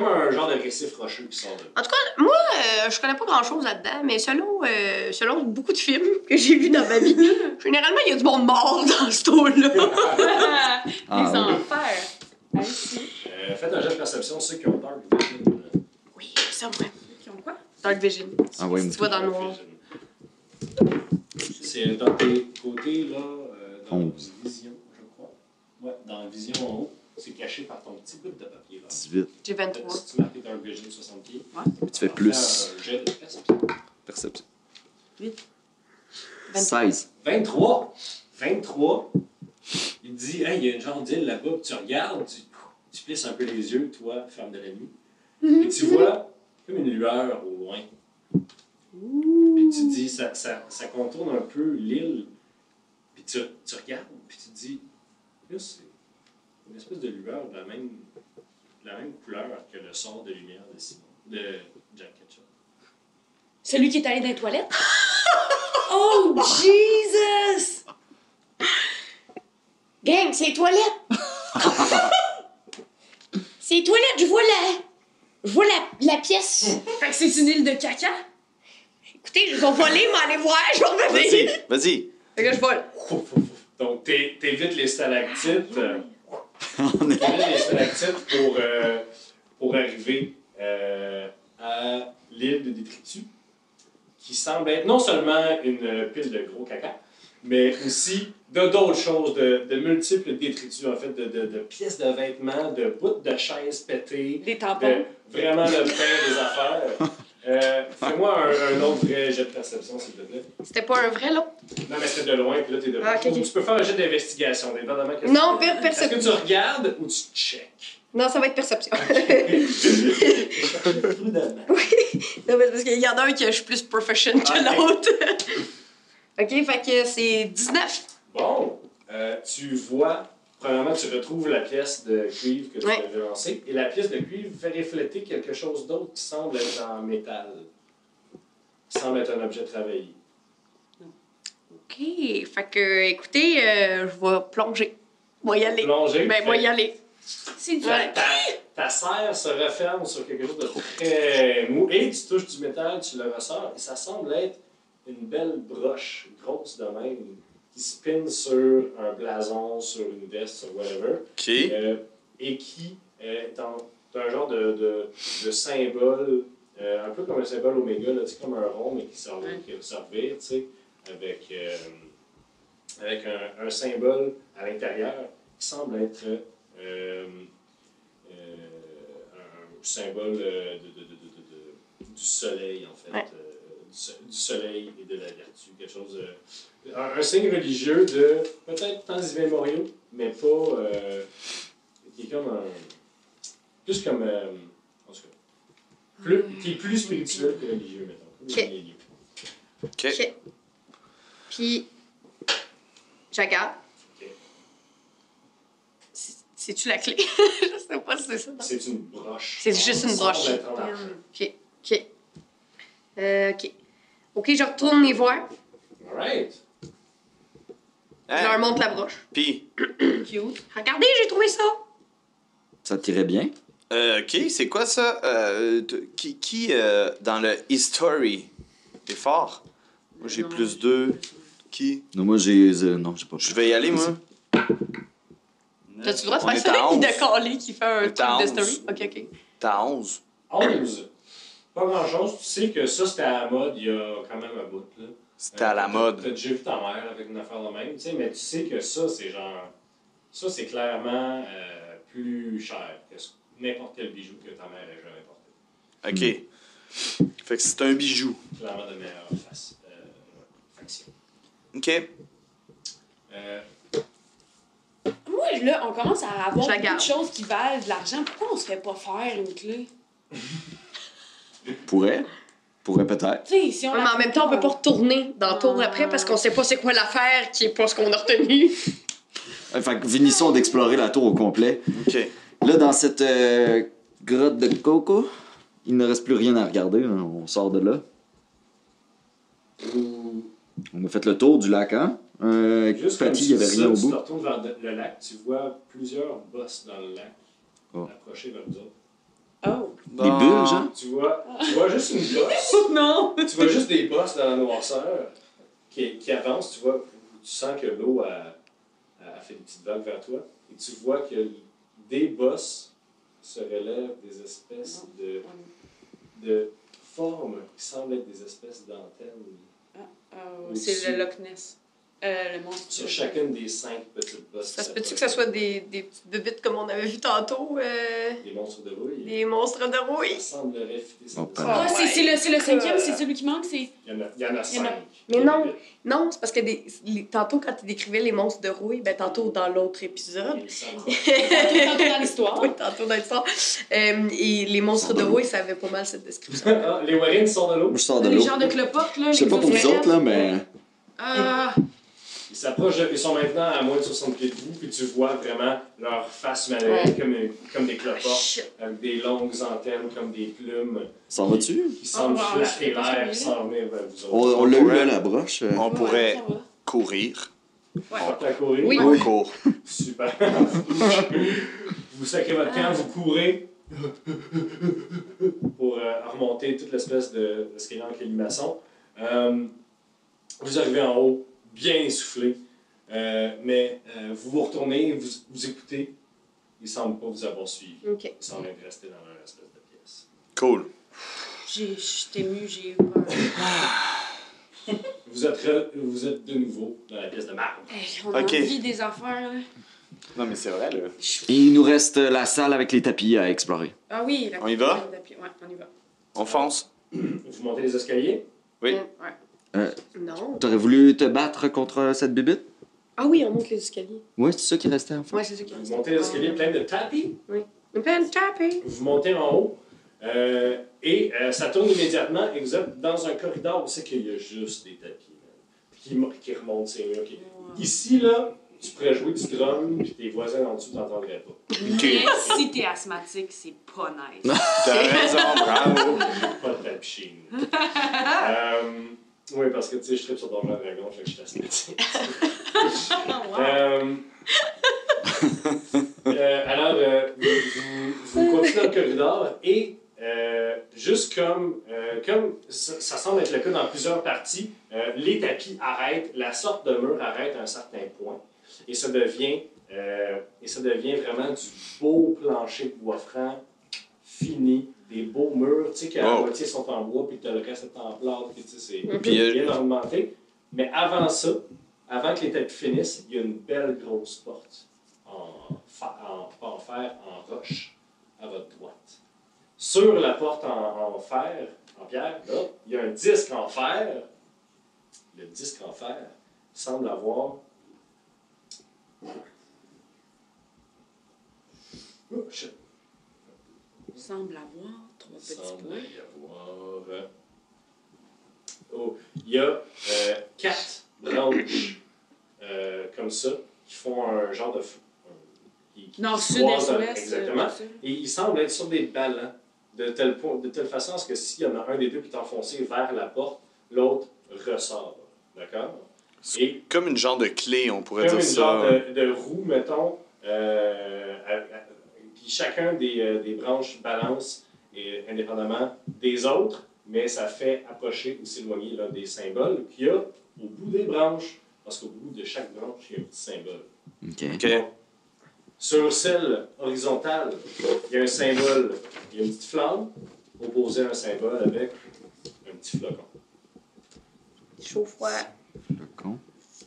comme un genre de récif rocheux qui sort de là. En tout cas, moi, euh, je connais pas grand-chose là-dedans, mais selon, euh, selon beaucoup de films que j'ai vus dans ma vie, généralement, il y a du monde mort dans ce tour là Les Ah, oui. enfers. Allez, Euh, faites un euh, Dark Vision. Ah ouais, si mais- tu vois dans le noir. C'est dans tes côtés, là, euh, dans Onze. Vision, je crois. Ouais, dans Vision en haut, c'est caché par ton petit bout de papier, là. 18. J'ai 23. Si tu marques Dark Vision 60 pieds, Tu fais plus. un jet de perception. Perception. 23. 16. 23. 23. Il te dit, hey, il y a une genre d'île là-bas. Puis Tu regardes, tu, tu plisses un peu les yeux, toi, femme de la nuit. Et tu vois comme une lueur au loin. Puis tu te dis, ça, ça, ça contourne un peu l'île. Puis tu, tu regardes, puis tu te dis, là, c'est une espèce de lueur de la même, de la même couleur que le sort de lumière de, Simon, de Jack Ketchup. Celui qui est allé dans les toilettes? oh, Jesus! Gang, c'est les toilettes! c'est les toilettes, je vois la. Je vois la, la pièce. Fait que c'est une île de caca? Écoutez, je vais voler, mais allez voir, je vais revenir. Vas-y, vas-y. Fait que je vole. Donc, t'é- t'évites les stalactites. euh, On est- Là, les stalactites pour, euh, pour arriver euh, à l'île de détritus, qui semble être non seulement une pile de gros caca, mais aussi de d'autres choses, de, de multiples détritus, en fait, de, de- de pièces de vêtements, de bouts de chaises pétées, Des de tampons. vraiment le pain des affaires. Euh, Fais-moi un, un autre vrai jet de perception, s'il te plaît. C'était pas un vrai, là? Non, mais c'était de loin, puis là, t'es de Ah, ok, ok. Ou Tu peux faire un jet d'investigation, dépendamment. qu'est-ce Non, que- per- Est-ce perception. que tu regardes ou tu checkes? Non, ça va être perception. Prudemment. non, mais c'est parce qu'il y en a un qui je suis plus profession que Ah, ok. l'autre. ok, fait que c'est 19. Bon, euh, tu vois, premièrement, tu retrouves la pièce de cuivre que tu Ouais. avais lancée, et la pièce de cuivre fait refléter quelque chose d'autre qui semble être en métal. Semble être un objet travaillé. Ok, fait que, écoutez, euh, je vais plonger. Moi y aller. Plongé. Ben, moi y aller. C'est du Ta, ta serre se referme sur quelque chose de très mou et tu touches du métal, tu le ressors et ça semble être une belle broche grosse de même qui spinne sur un blason, sur une veste, sur whatever. OK. Euh, et qui euh, est en- est un genre de, de, de symbole, euh, un peu comme un symbole oméga, là, tu sais, comme un rond, mais qui sort qui va servir, tu sais, avec, euh, avec un, un symbole à l'intérieur qui semble être euh, euh, un symbole euh, de, de- de- de- de- de- du soleil, en fait. Ouais. euh, du so- du soleil et de la vertu, quelque chose de- un, un signe religieux de peut-être Tanzivin Morio, mais pas euh, qui est comme un. Plus comme. euh, en tout cas. Plus, qui est plus spirituel que religieux, mettons. Ok. OK. Ok. Puis, je regarde. Ok. C'est- C'est-tu la clé? je sais pas si c'est ça. non. C'est une broche. C'est juste une Ça broche. semble être un marché. Ok, ok. Euh, ok. Ok, je retourne les voir. Alright. Je Hein? leur montre la broche. Puis, Cute. Regardez, j'ai trouvé ça. Ça t'irait bien? euh, OK, c'est quoi ça? Euh, t- qui, qui euh, dans le history est fort? Moi, j'ai Non. plus deux. Qui? Non, moi, j'ai. euh, non, j'ai pas. Je vais y aller, moi. T'as-tu le droit de On faire est ça? à Ni 11. de caler qui fait On un est à truc de 11. story. Ok, ok. T'as 11. 11. Pas grand-chose. Tu sais que ça, c'était à la mode il y a quand même un bout, là. Euh, C'était à la mode. T'as déjà vu ta mère avec une affaire de même, tu sais, mais tu sais que ça, c'est genre. Ça, c'est clairement euh, plus cher que ce- n'importe quel bijou que ta mère ait jamais porté. OK. Fait que c'est un bijou. Clairement de meilleure face. euh, ouais, faction. OK. Euh, Moi, là, on commence à avoir Je la beaucoup de garde. choses qui valent de l'argent. Pourquoi on se fait pas faire une clé? Pourrait. Pourrait peut-être. Tu sais, si on. Ouais, mais la- en même temps, on peut pas retourner dans le tour Ah. après parce qu'on sait pas c'est quoi l'affaire qui est pas ce qu'on a retenu. Ouais, Fait que finissons d'explorer la tour au complet. OK. Là, dans cette euh, grotte de coco, il ne reste plus rien à regarder. hein. On sort de là. ou- On a fait le tour du lac, hein? Euh, juste comme Patty, il tu n'y avait dis ça, rien au tu te bout. retournes vers de- le lac, tu vois plusieurs bosses dans le lac Oh. approcher vers nous autres. Oh. Des Bah. bulles, genre? Tu vois, tu vois juste une bosse. Oh, Non! tu vois juste des bosses dans la noirceur qui, qui avancent, tu vois, tu sens que l'eau a, a fait des petites vagues vers toi, et tu vois que des bosses se relèvent des espèces de, de formes qui semblent être des espèces d'antennes Euh, c'est le Loch Ness. Euh, le monstre. sur chacune des cinq petites bosses. Ça se peut-tu que ça soit des, des petites bébites comme on avait vu tantôt? euh, des monstres de rouille? des monstres de rouille? Ça semblerait fitter ça. Oh, pas Ah, Ah, c'est ouais. c'est le, c'est le cinquième, c'est celui qui manque, c'est. Il y en a, il y en a cinq. Mais non. Non, c'est parce que des, les- tantôt, quand tu décrivais les monstres de rouille, ben tantôt dans l'autre épisode... Il semble- Tantôt dans l'histoire. Oui, tantôt dans l'histoire. Euh, et les monstres de rouille, ça avait pas mal cette description. Ah, Les Warren sont de l'eau. Moi, je sors de Les l'eau. genres de cloportes, là. Je sais les pas pour vous ourselets. autres, là, mais. Euh, Ah, Ils s'approchent, de- ils sont maintenant à moins de 60 pieds de vous, puis tu vois vraiment leur face manuelle comme, comme des cloportes, shit. avec des longues antennes comme des plumes, S'en va-tu? qui semblent wow, flatter je sais pas l'air, ce qui qu'il y a. s'en venir vers vous autres. On, on l'a eu, là, la broche. euh. On Ouais, pourrait ça va. courir. On peut courir. Oui. On court. Super. vous sacrez votre camp, vous courez pour euh, remonter toute l'espèce de, de scalant colimaçon. Euh, vous arrivez en haut, bien essoufflé, euh, mais euh, vous vous retournez, vous, vous écoutez. Ils ne semblent pas vous avoir suivi. OK. Ils semblent être restés dans leur espèce de pièce. Cool. j'ai- j'étais émue, j'ai eu peur. Vous êtes, re- vous êtes de nouveau dans la pièce de marbre. Hey, on a Ok. envie des affaires, là. Non, mais c'est vrai, là. Et il nous reste euh, la salle avec les tapis à explorer. Ah oui, la On y va? Ouais, on y va. On fonce. Vous montez les escaliers. Oui. Ouais. Non. T'aurais voulu te battre contre cette bibite? Ah oui, on monte les escaliers. Ouais, c'est ça qui restait en fait. Ouais, c'est ça qui Vous montez les escaliers plein de tapis. Pen tapping. Vous montez en haut euh, et euh, ça tourne immédiatement et vous êtes dans un corridor où c'est qu'il y a juste des tapis man. Puis qui, mo- qui remontent ces murs. qui- Ici, là, tu pourrais jouer du drum puis tes voisins en dessous t'entendraient pas. Ok. Mais si t'es asthmatique, c'est pas nice. T'as raison, bravo. Pas de tapichine. euh, oui, parce que tu sais, je tripe sur Donjon et Dragon, fait que je suis asthmatique. Ah, Euh, euh, alors, euh, vous, vous- vous continuez dans le corridor et euh, juste comme, euh, comme ça, ça semble être le cas dans plusieurs parties, euh, les tapis arrêtent, la sorte de mur arrête à un certain point et ça devient, euh, et ça devient vraiment du beau plancher de bois franc fini, des beaux murs, tu sais, que la Wow. moitié sont en bois puis que le reste est en plâtre, puis tu sais, c'est Puis, euh, bien ornementé. Mais avant ça, avant que les tapis finissent, il y a une belle grosse porte en, fa- en- pas en fer, en roche, à votre droite. Sur la porte en, en fer, en pierre, là, il y a un disque en fer. Le disque en fer semble avoir. Oh, shit. Il semble avoir trois petits semble points. y avoir. euh, Oh, il y a euh, quatre branches euh, comme ça qui font un genre de. f- un- qui- qui Nord, se sud, est, croisent, ouest. Exactement. euh, sud. Et ils semblent être sur des ballons, de telle, po- de telle façon à ce que s'il y en a un des deux qui est enfoncé vers la porte, l'autre ressort. D'accord? Et Comme une genre de clé, on pourrait comme dire une genre ça. de, de roue, mettons. euh, à- à- puis chacun des, euh, des branches balance et, euh, indépendamment des autres, mais ça fait approcher ou s'éloigner l'un des symboles qu'il y a au bout des branches, parce qu'au bout de chaque branche, il y a un petit symbole. Ok. Ok. Sur celle horizontale, il y a un symbole, il y a une petite flamme, opposée à un symbole avec un petit flocon. Chaud froid. Le con.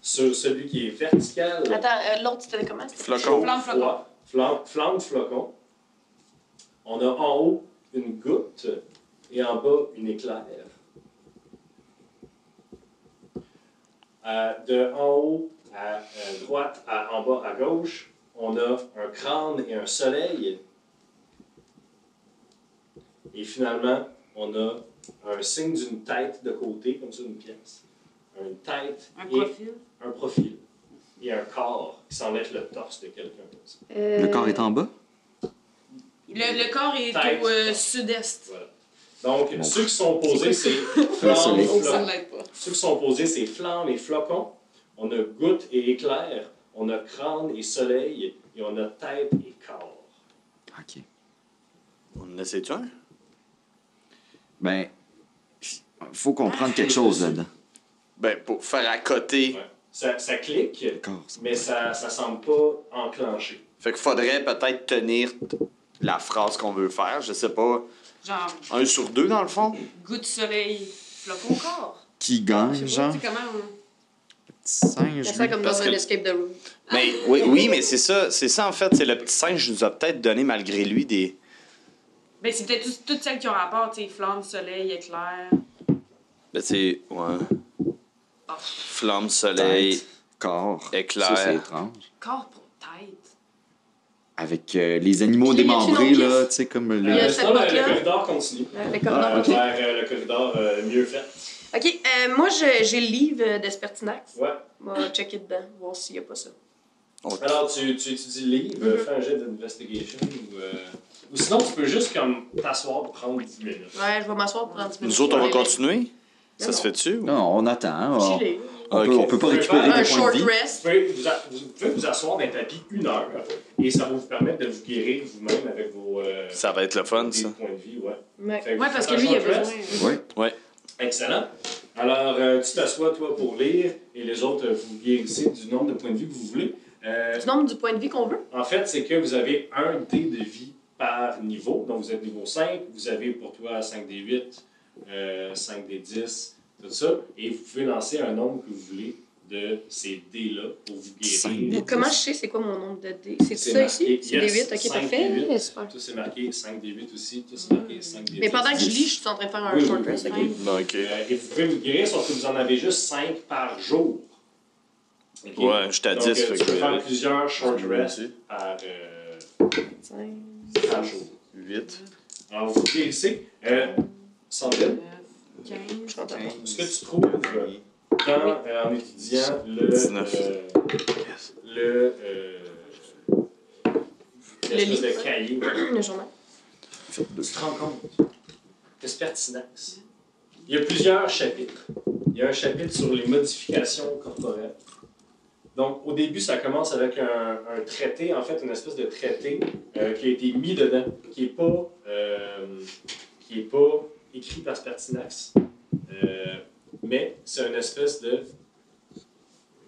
Sur celui qui est vertical, Attends, euh, l'autre, c'était comment? C'était- Flocon. Flamme, flocon. Froid. Flamme, flamme, flocon. On a en haut une goutte et en bas une éclair. Euh, de en haut à euh, droite, à, en bas à gauche, on a un crâne et un soleil. Et finalement, on a un signe d'une tête de côté, comme ça, une pièce. Une tête Un et profil. un profil. Et un corps qui semble être le torse de quelqu'un. comme ça. Euh, Le corps est en bas? Le, le corps est Tête. au euh, sud-est. Voilà. Donc, Bon. ceux qui sont posés, c'est Le flammes, soleil. Donc, ça flo- ne l'aide pas. ceux qui sont posés, c'est flammes et flocons. On a goutte et éclair. On a crâne et soleil. Et on a tête et corps. Ok. On en essaie-tu un? Ben, faut comprendre quelque chose là-dedans. Ben, pour faire à côté. Ouais. Ça, ça clique, Le corps, ça. mais ça ne semble pas enclenché. Fait qu'il faudrait peut-être tenir t- la phrase qu'on veut faire. Je sais pas. Genre, Un sur deux, dans le fond. goût de soleil, flotte au corps. Qui Je gagne, sais pas, genre? tu sais comment on... Petit singe. Ça sent lui. comme parce dans un que- escape the room. Mais oui, oui, mais c'est ça, c'est ça en fait. C'est le petit singe nous a peut-être donné malgré lui des. Ben, c'est peut-être tous- toutes celles qui ont rapport, tu sais, flamme, soleil, éclair. Ben, c'est ouais. Ah. Flamme, soleil, Tête, corps. éclair. Ça, c'est étrange. Corps pour tête. Avec euh, les animaux Puis il y a démembrés, une autre là, pièce. tu sais, comme Euh, le. Il y a cette sinon, le, le porte-là. corridor continue. Le Euh, corridor, Ah, ok. Vers euh, le corridor euh, mieux fait. Ok, euh, moi, je- j'ai le livre euh, de Spertinax. Ouais. On va checker dedans, voir s'il n'y a pas ça. Alors, tu, tu étudies le livre, Mhm. fais un jet d'investigation ou. euh, Ou sinon, tu peux juste comme t'asseoir pour prendre 10 minutes. Ouais, je vais m'asseoir pour prendre 10 minutes. Nous autres, on va Ouais. continuer? Ça Non. se Ah. fait-tu? ou- Non, on attend. hein, Je On, suis là. on Ok. peut, on peut pas Vous récupérer pouvez Un des points short de vie. Vous rest. pouvez vous, a- vous pouvez vous asseoir dans un tapis une heure et ça va vous permettre de vous guérir vous-même avec vos. euh, Ça va être le fun, des ça. points de vie, ouais. Ouais. Fait vous Ouais, parce faites que un lui, il a short rest. besoin. Ouais. Excellent. Alors, euh, tu t'assois, toi, pour lire et les autres, euh, vous guérissez du nombre de points de vie que vous voulez. Euh, Du nombre du point de vie qu'on veut. En fait, c'est que vous avez un dé de vie par niveau. Donc, vous êtes niveau 5, vous avez pour toi 5 des 8, 5 des 10, tout ça. Et vous pouvez lancer un nombre que vous voulez de ces dés-là pour vous Cinq guérir. dés. Comment je sais c'est quoi mon nombre de dés? C'est C'est ça marqué, ici? C'est des yes, 8, ok, cinq des parfait. huit. Super. Tout c'est marqué 5 des 8 aussi, tout c'est marqué 5 des 10. Mais pendant que je lis, je suis en train de faire un Oui, short oui, rest, ok? oui. Non, ok. Euh, et vous pouvez vous guérir, sauf que vous en avez juste 5 par jour. Ok? Ouais, j'étais à Donc, 10. euh, fait tu peux que- faire plusieurs short rests par, euh, Cinq. par jour. 8. Alors, vous guérissez. Euh, Sandrine, 15. Je suis content. ce que tu trouves euh, dans, euh, en étudiant le. 19. euh, le. Euh, Le l'espèce livre. de cahier. Le journal. Tu te rends compte que c'est pertinax. Il y a plusieurs chapitres. Il y a un chapitre sur les modifications corporelles. Donc, au début, ça commence avec un, un traité, en fait, une espèce de traité euh, qui a été mis dedans, qui n'est pas, euh, qui est pas écrit par Spertinax, Euh, mais c'est une espèce de,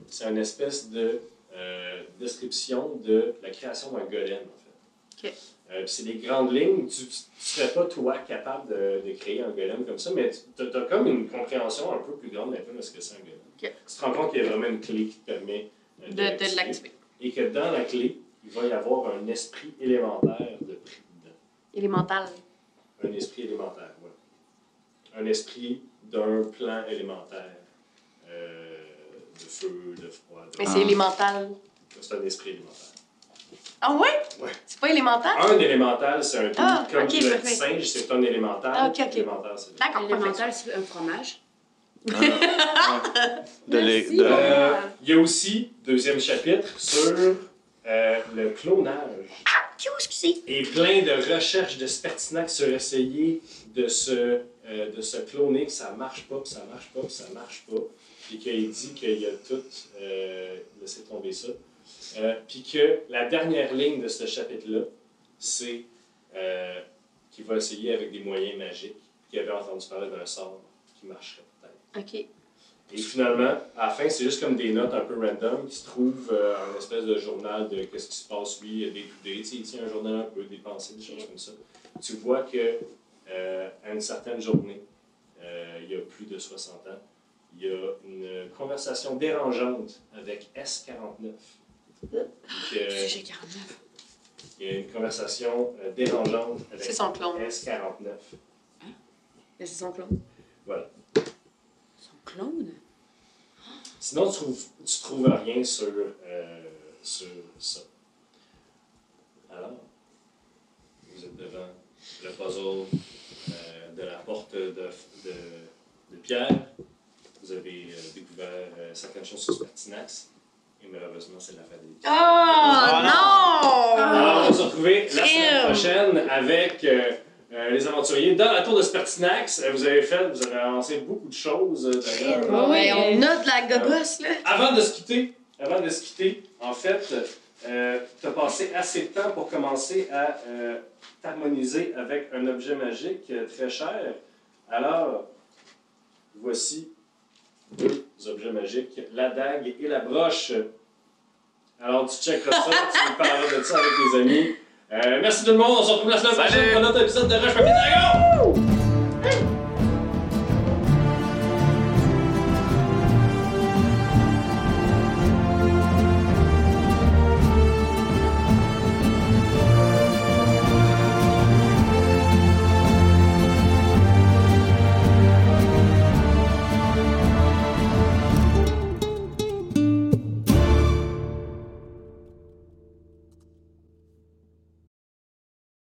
c'est une espèce de euh, description de la création d'un golem, en fait. Euh, puis c'est des grandes lignes. Tu ne serais pas, toi, capable de, de créer un golem comme ça, mais tu as, comme une compréhension un peu plus grande maintenant de ce que c'est un golem. Ok. Tu te rends compte qu'il y a vraiment une clé qui te permet euh, De, de l'activer. Et que dans la clé, il va y avoir un esprit élémentaire de prix dedans. Élémental. Un esprit élémentaire, oui. Un esprit d'un plan élémentaire. euh, de feu, de froid. de- Mais Ah. c'est élémental. C'est un esprit élémentaire. Ah ouais? Ouais. Ah C'est pas élémental? Un élémental, c'est un Ah, comme ok, le parfait. singe, c'est un élémental. Ah, ok, ok. Élémentaire, c'est D'accord, parfait. c'est un fromage. De les- Merci. de- Euh, Il y a aussi, deuxième chapitre, sur euh, le clonage Qu'est-ce que c'est? et plein de recherches de Spertinax sur essayer de se, euh, de se cloner, que ça marche pas, puis ça marche pas, puis ça marche pas. Puis qu'il dit qu'il y a tout, euh, laissez tomber ça. Euh, puis que la dernière ligne de ce chapitre-là, c'est euh, qu'il va essayer avec des moyens magiques, qu'il avait entendu parler d'un sort qui marcherait peut-être. Ok. Et finalement, à la fin, c'est juste comme des notes un peu random qui se trouvent euh, en espèce de journal de qu'est-ce qui se passe, lui, day to day. Tu sais, il tient un journal un peu, des pensées, des choses comme ça. Tu vois que euh, à une certaine journée, euh, il y a plus de 60 ans, il y a une conversation dérangeante avec S49. Donc, euh, J'ai 49. il y a une conversation euh, dérangeante avec C'est son clone. S49. Mais c'est son clone. Voilà. Son clone? Sinon, tu trouves, tu trouves rien sur, euh, sur ça. Alors, vous êtes devant le puzzle euh, de la porte de, de- de pierre. Vous avez euh, découvert euh, certaines choses sur Pertinax. Et malheureusement, c'est la fin des Oh Ah! non! Alors, Ah, on va se retrouver la semaine Ew. prochaine avec euh, euh, les aventuriers dans la tour de Spertinax. Euh, Vous avez fait, vous avez avancé beaucoup de choses. euh, d'ailleurs. Ah oui. Ouais, on a de la gogosse, là. Avant de se quitter, avant de se quitter, en fait, euh, tu as passé assez de temps pour commencer à euh, t'harmoniser avec un objet magique euh, très cher. Alors, voici deux objets magiques, la dague et la broche. Alors, tu checkeras ça, tu me parleras de ça avec tes amis. Euh, merci tout le monde, on se retrouve la semaine prochaine Salut. pour notre épisode de Rush Papier Dragon!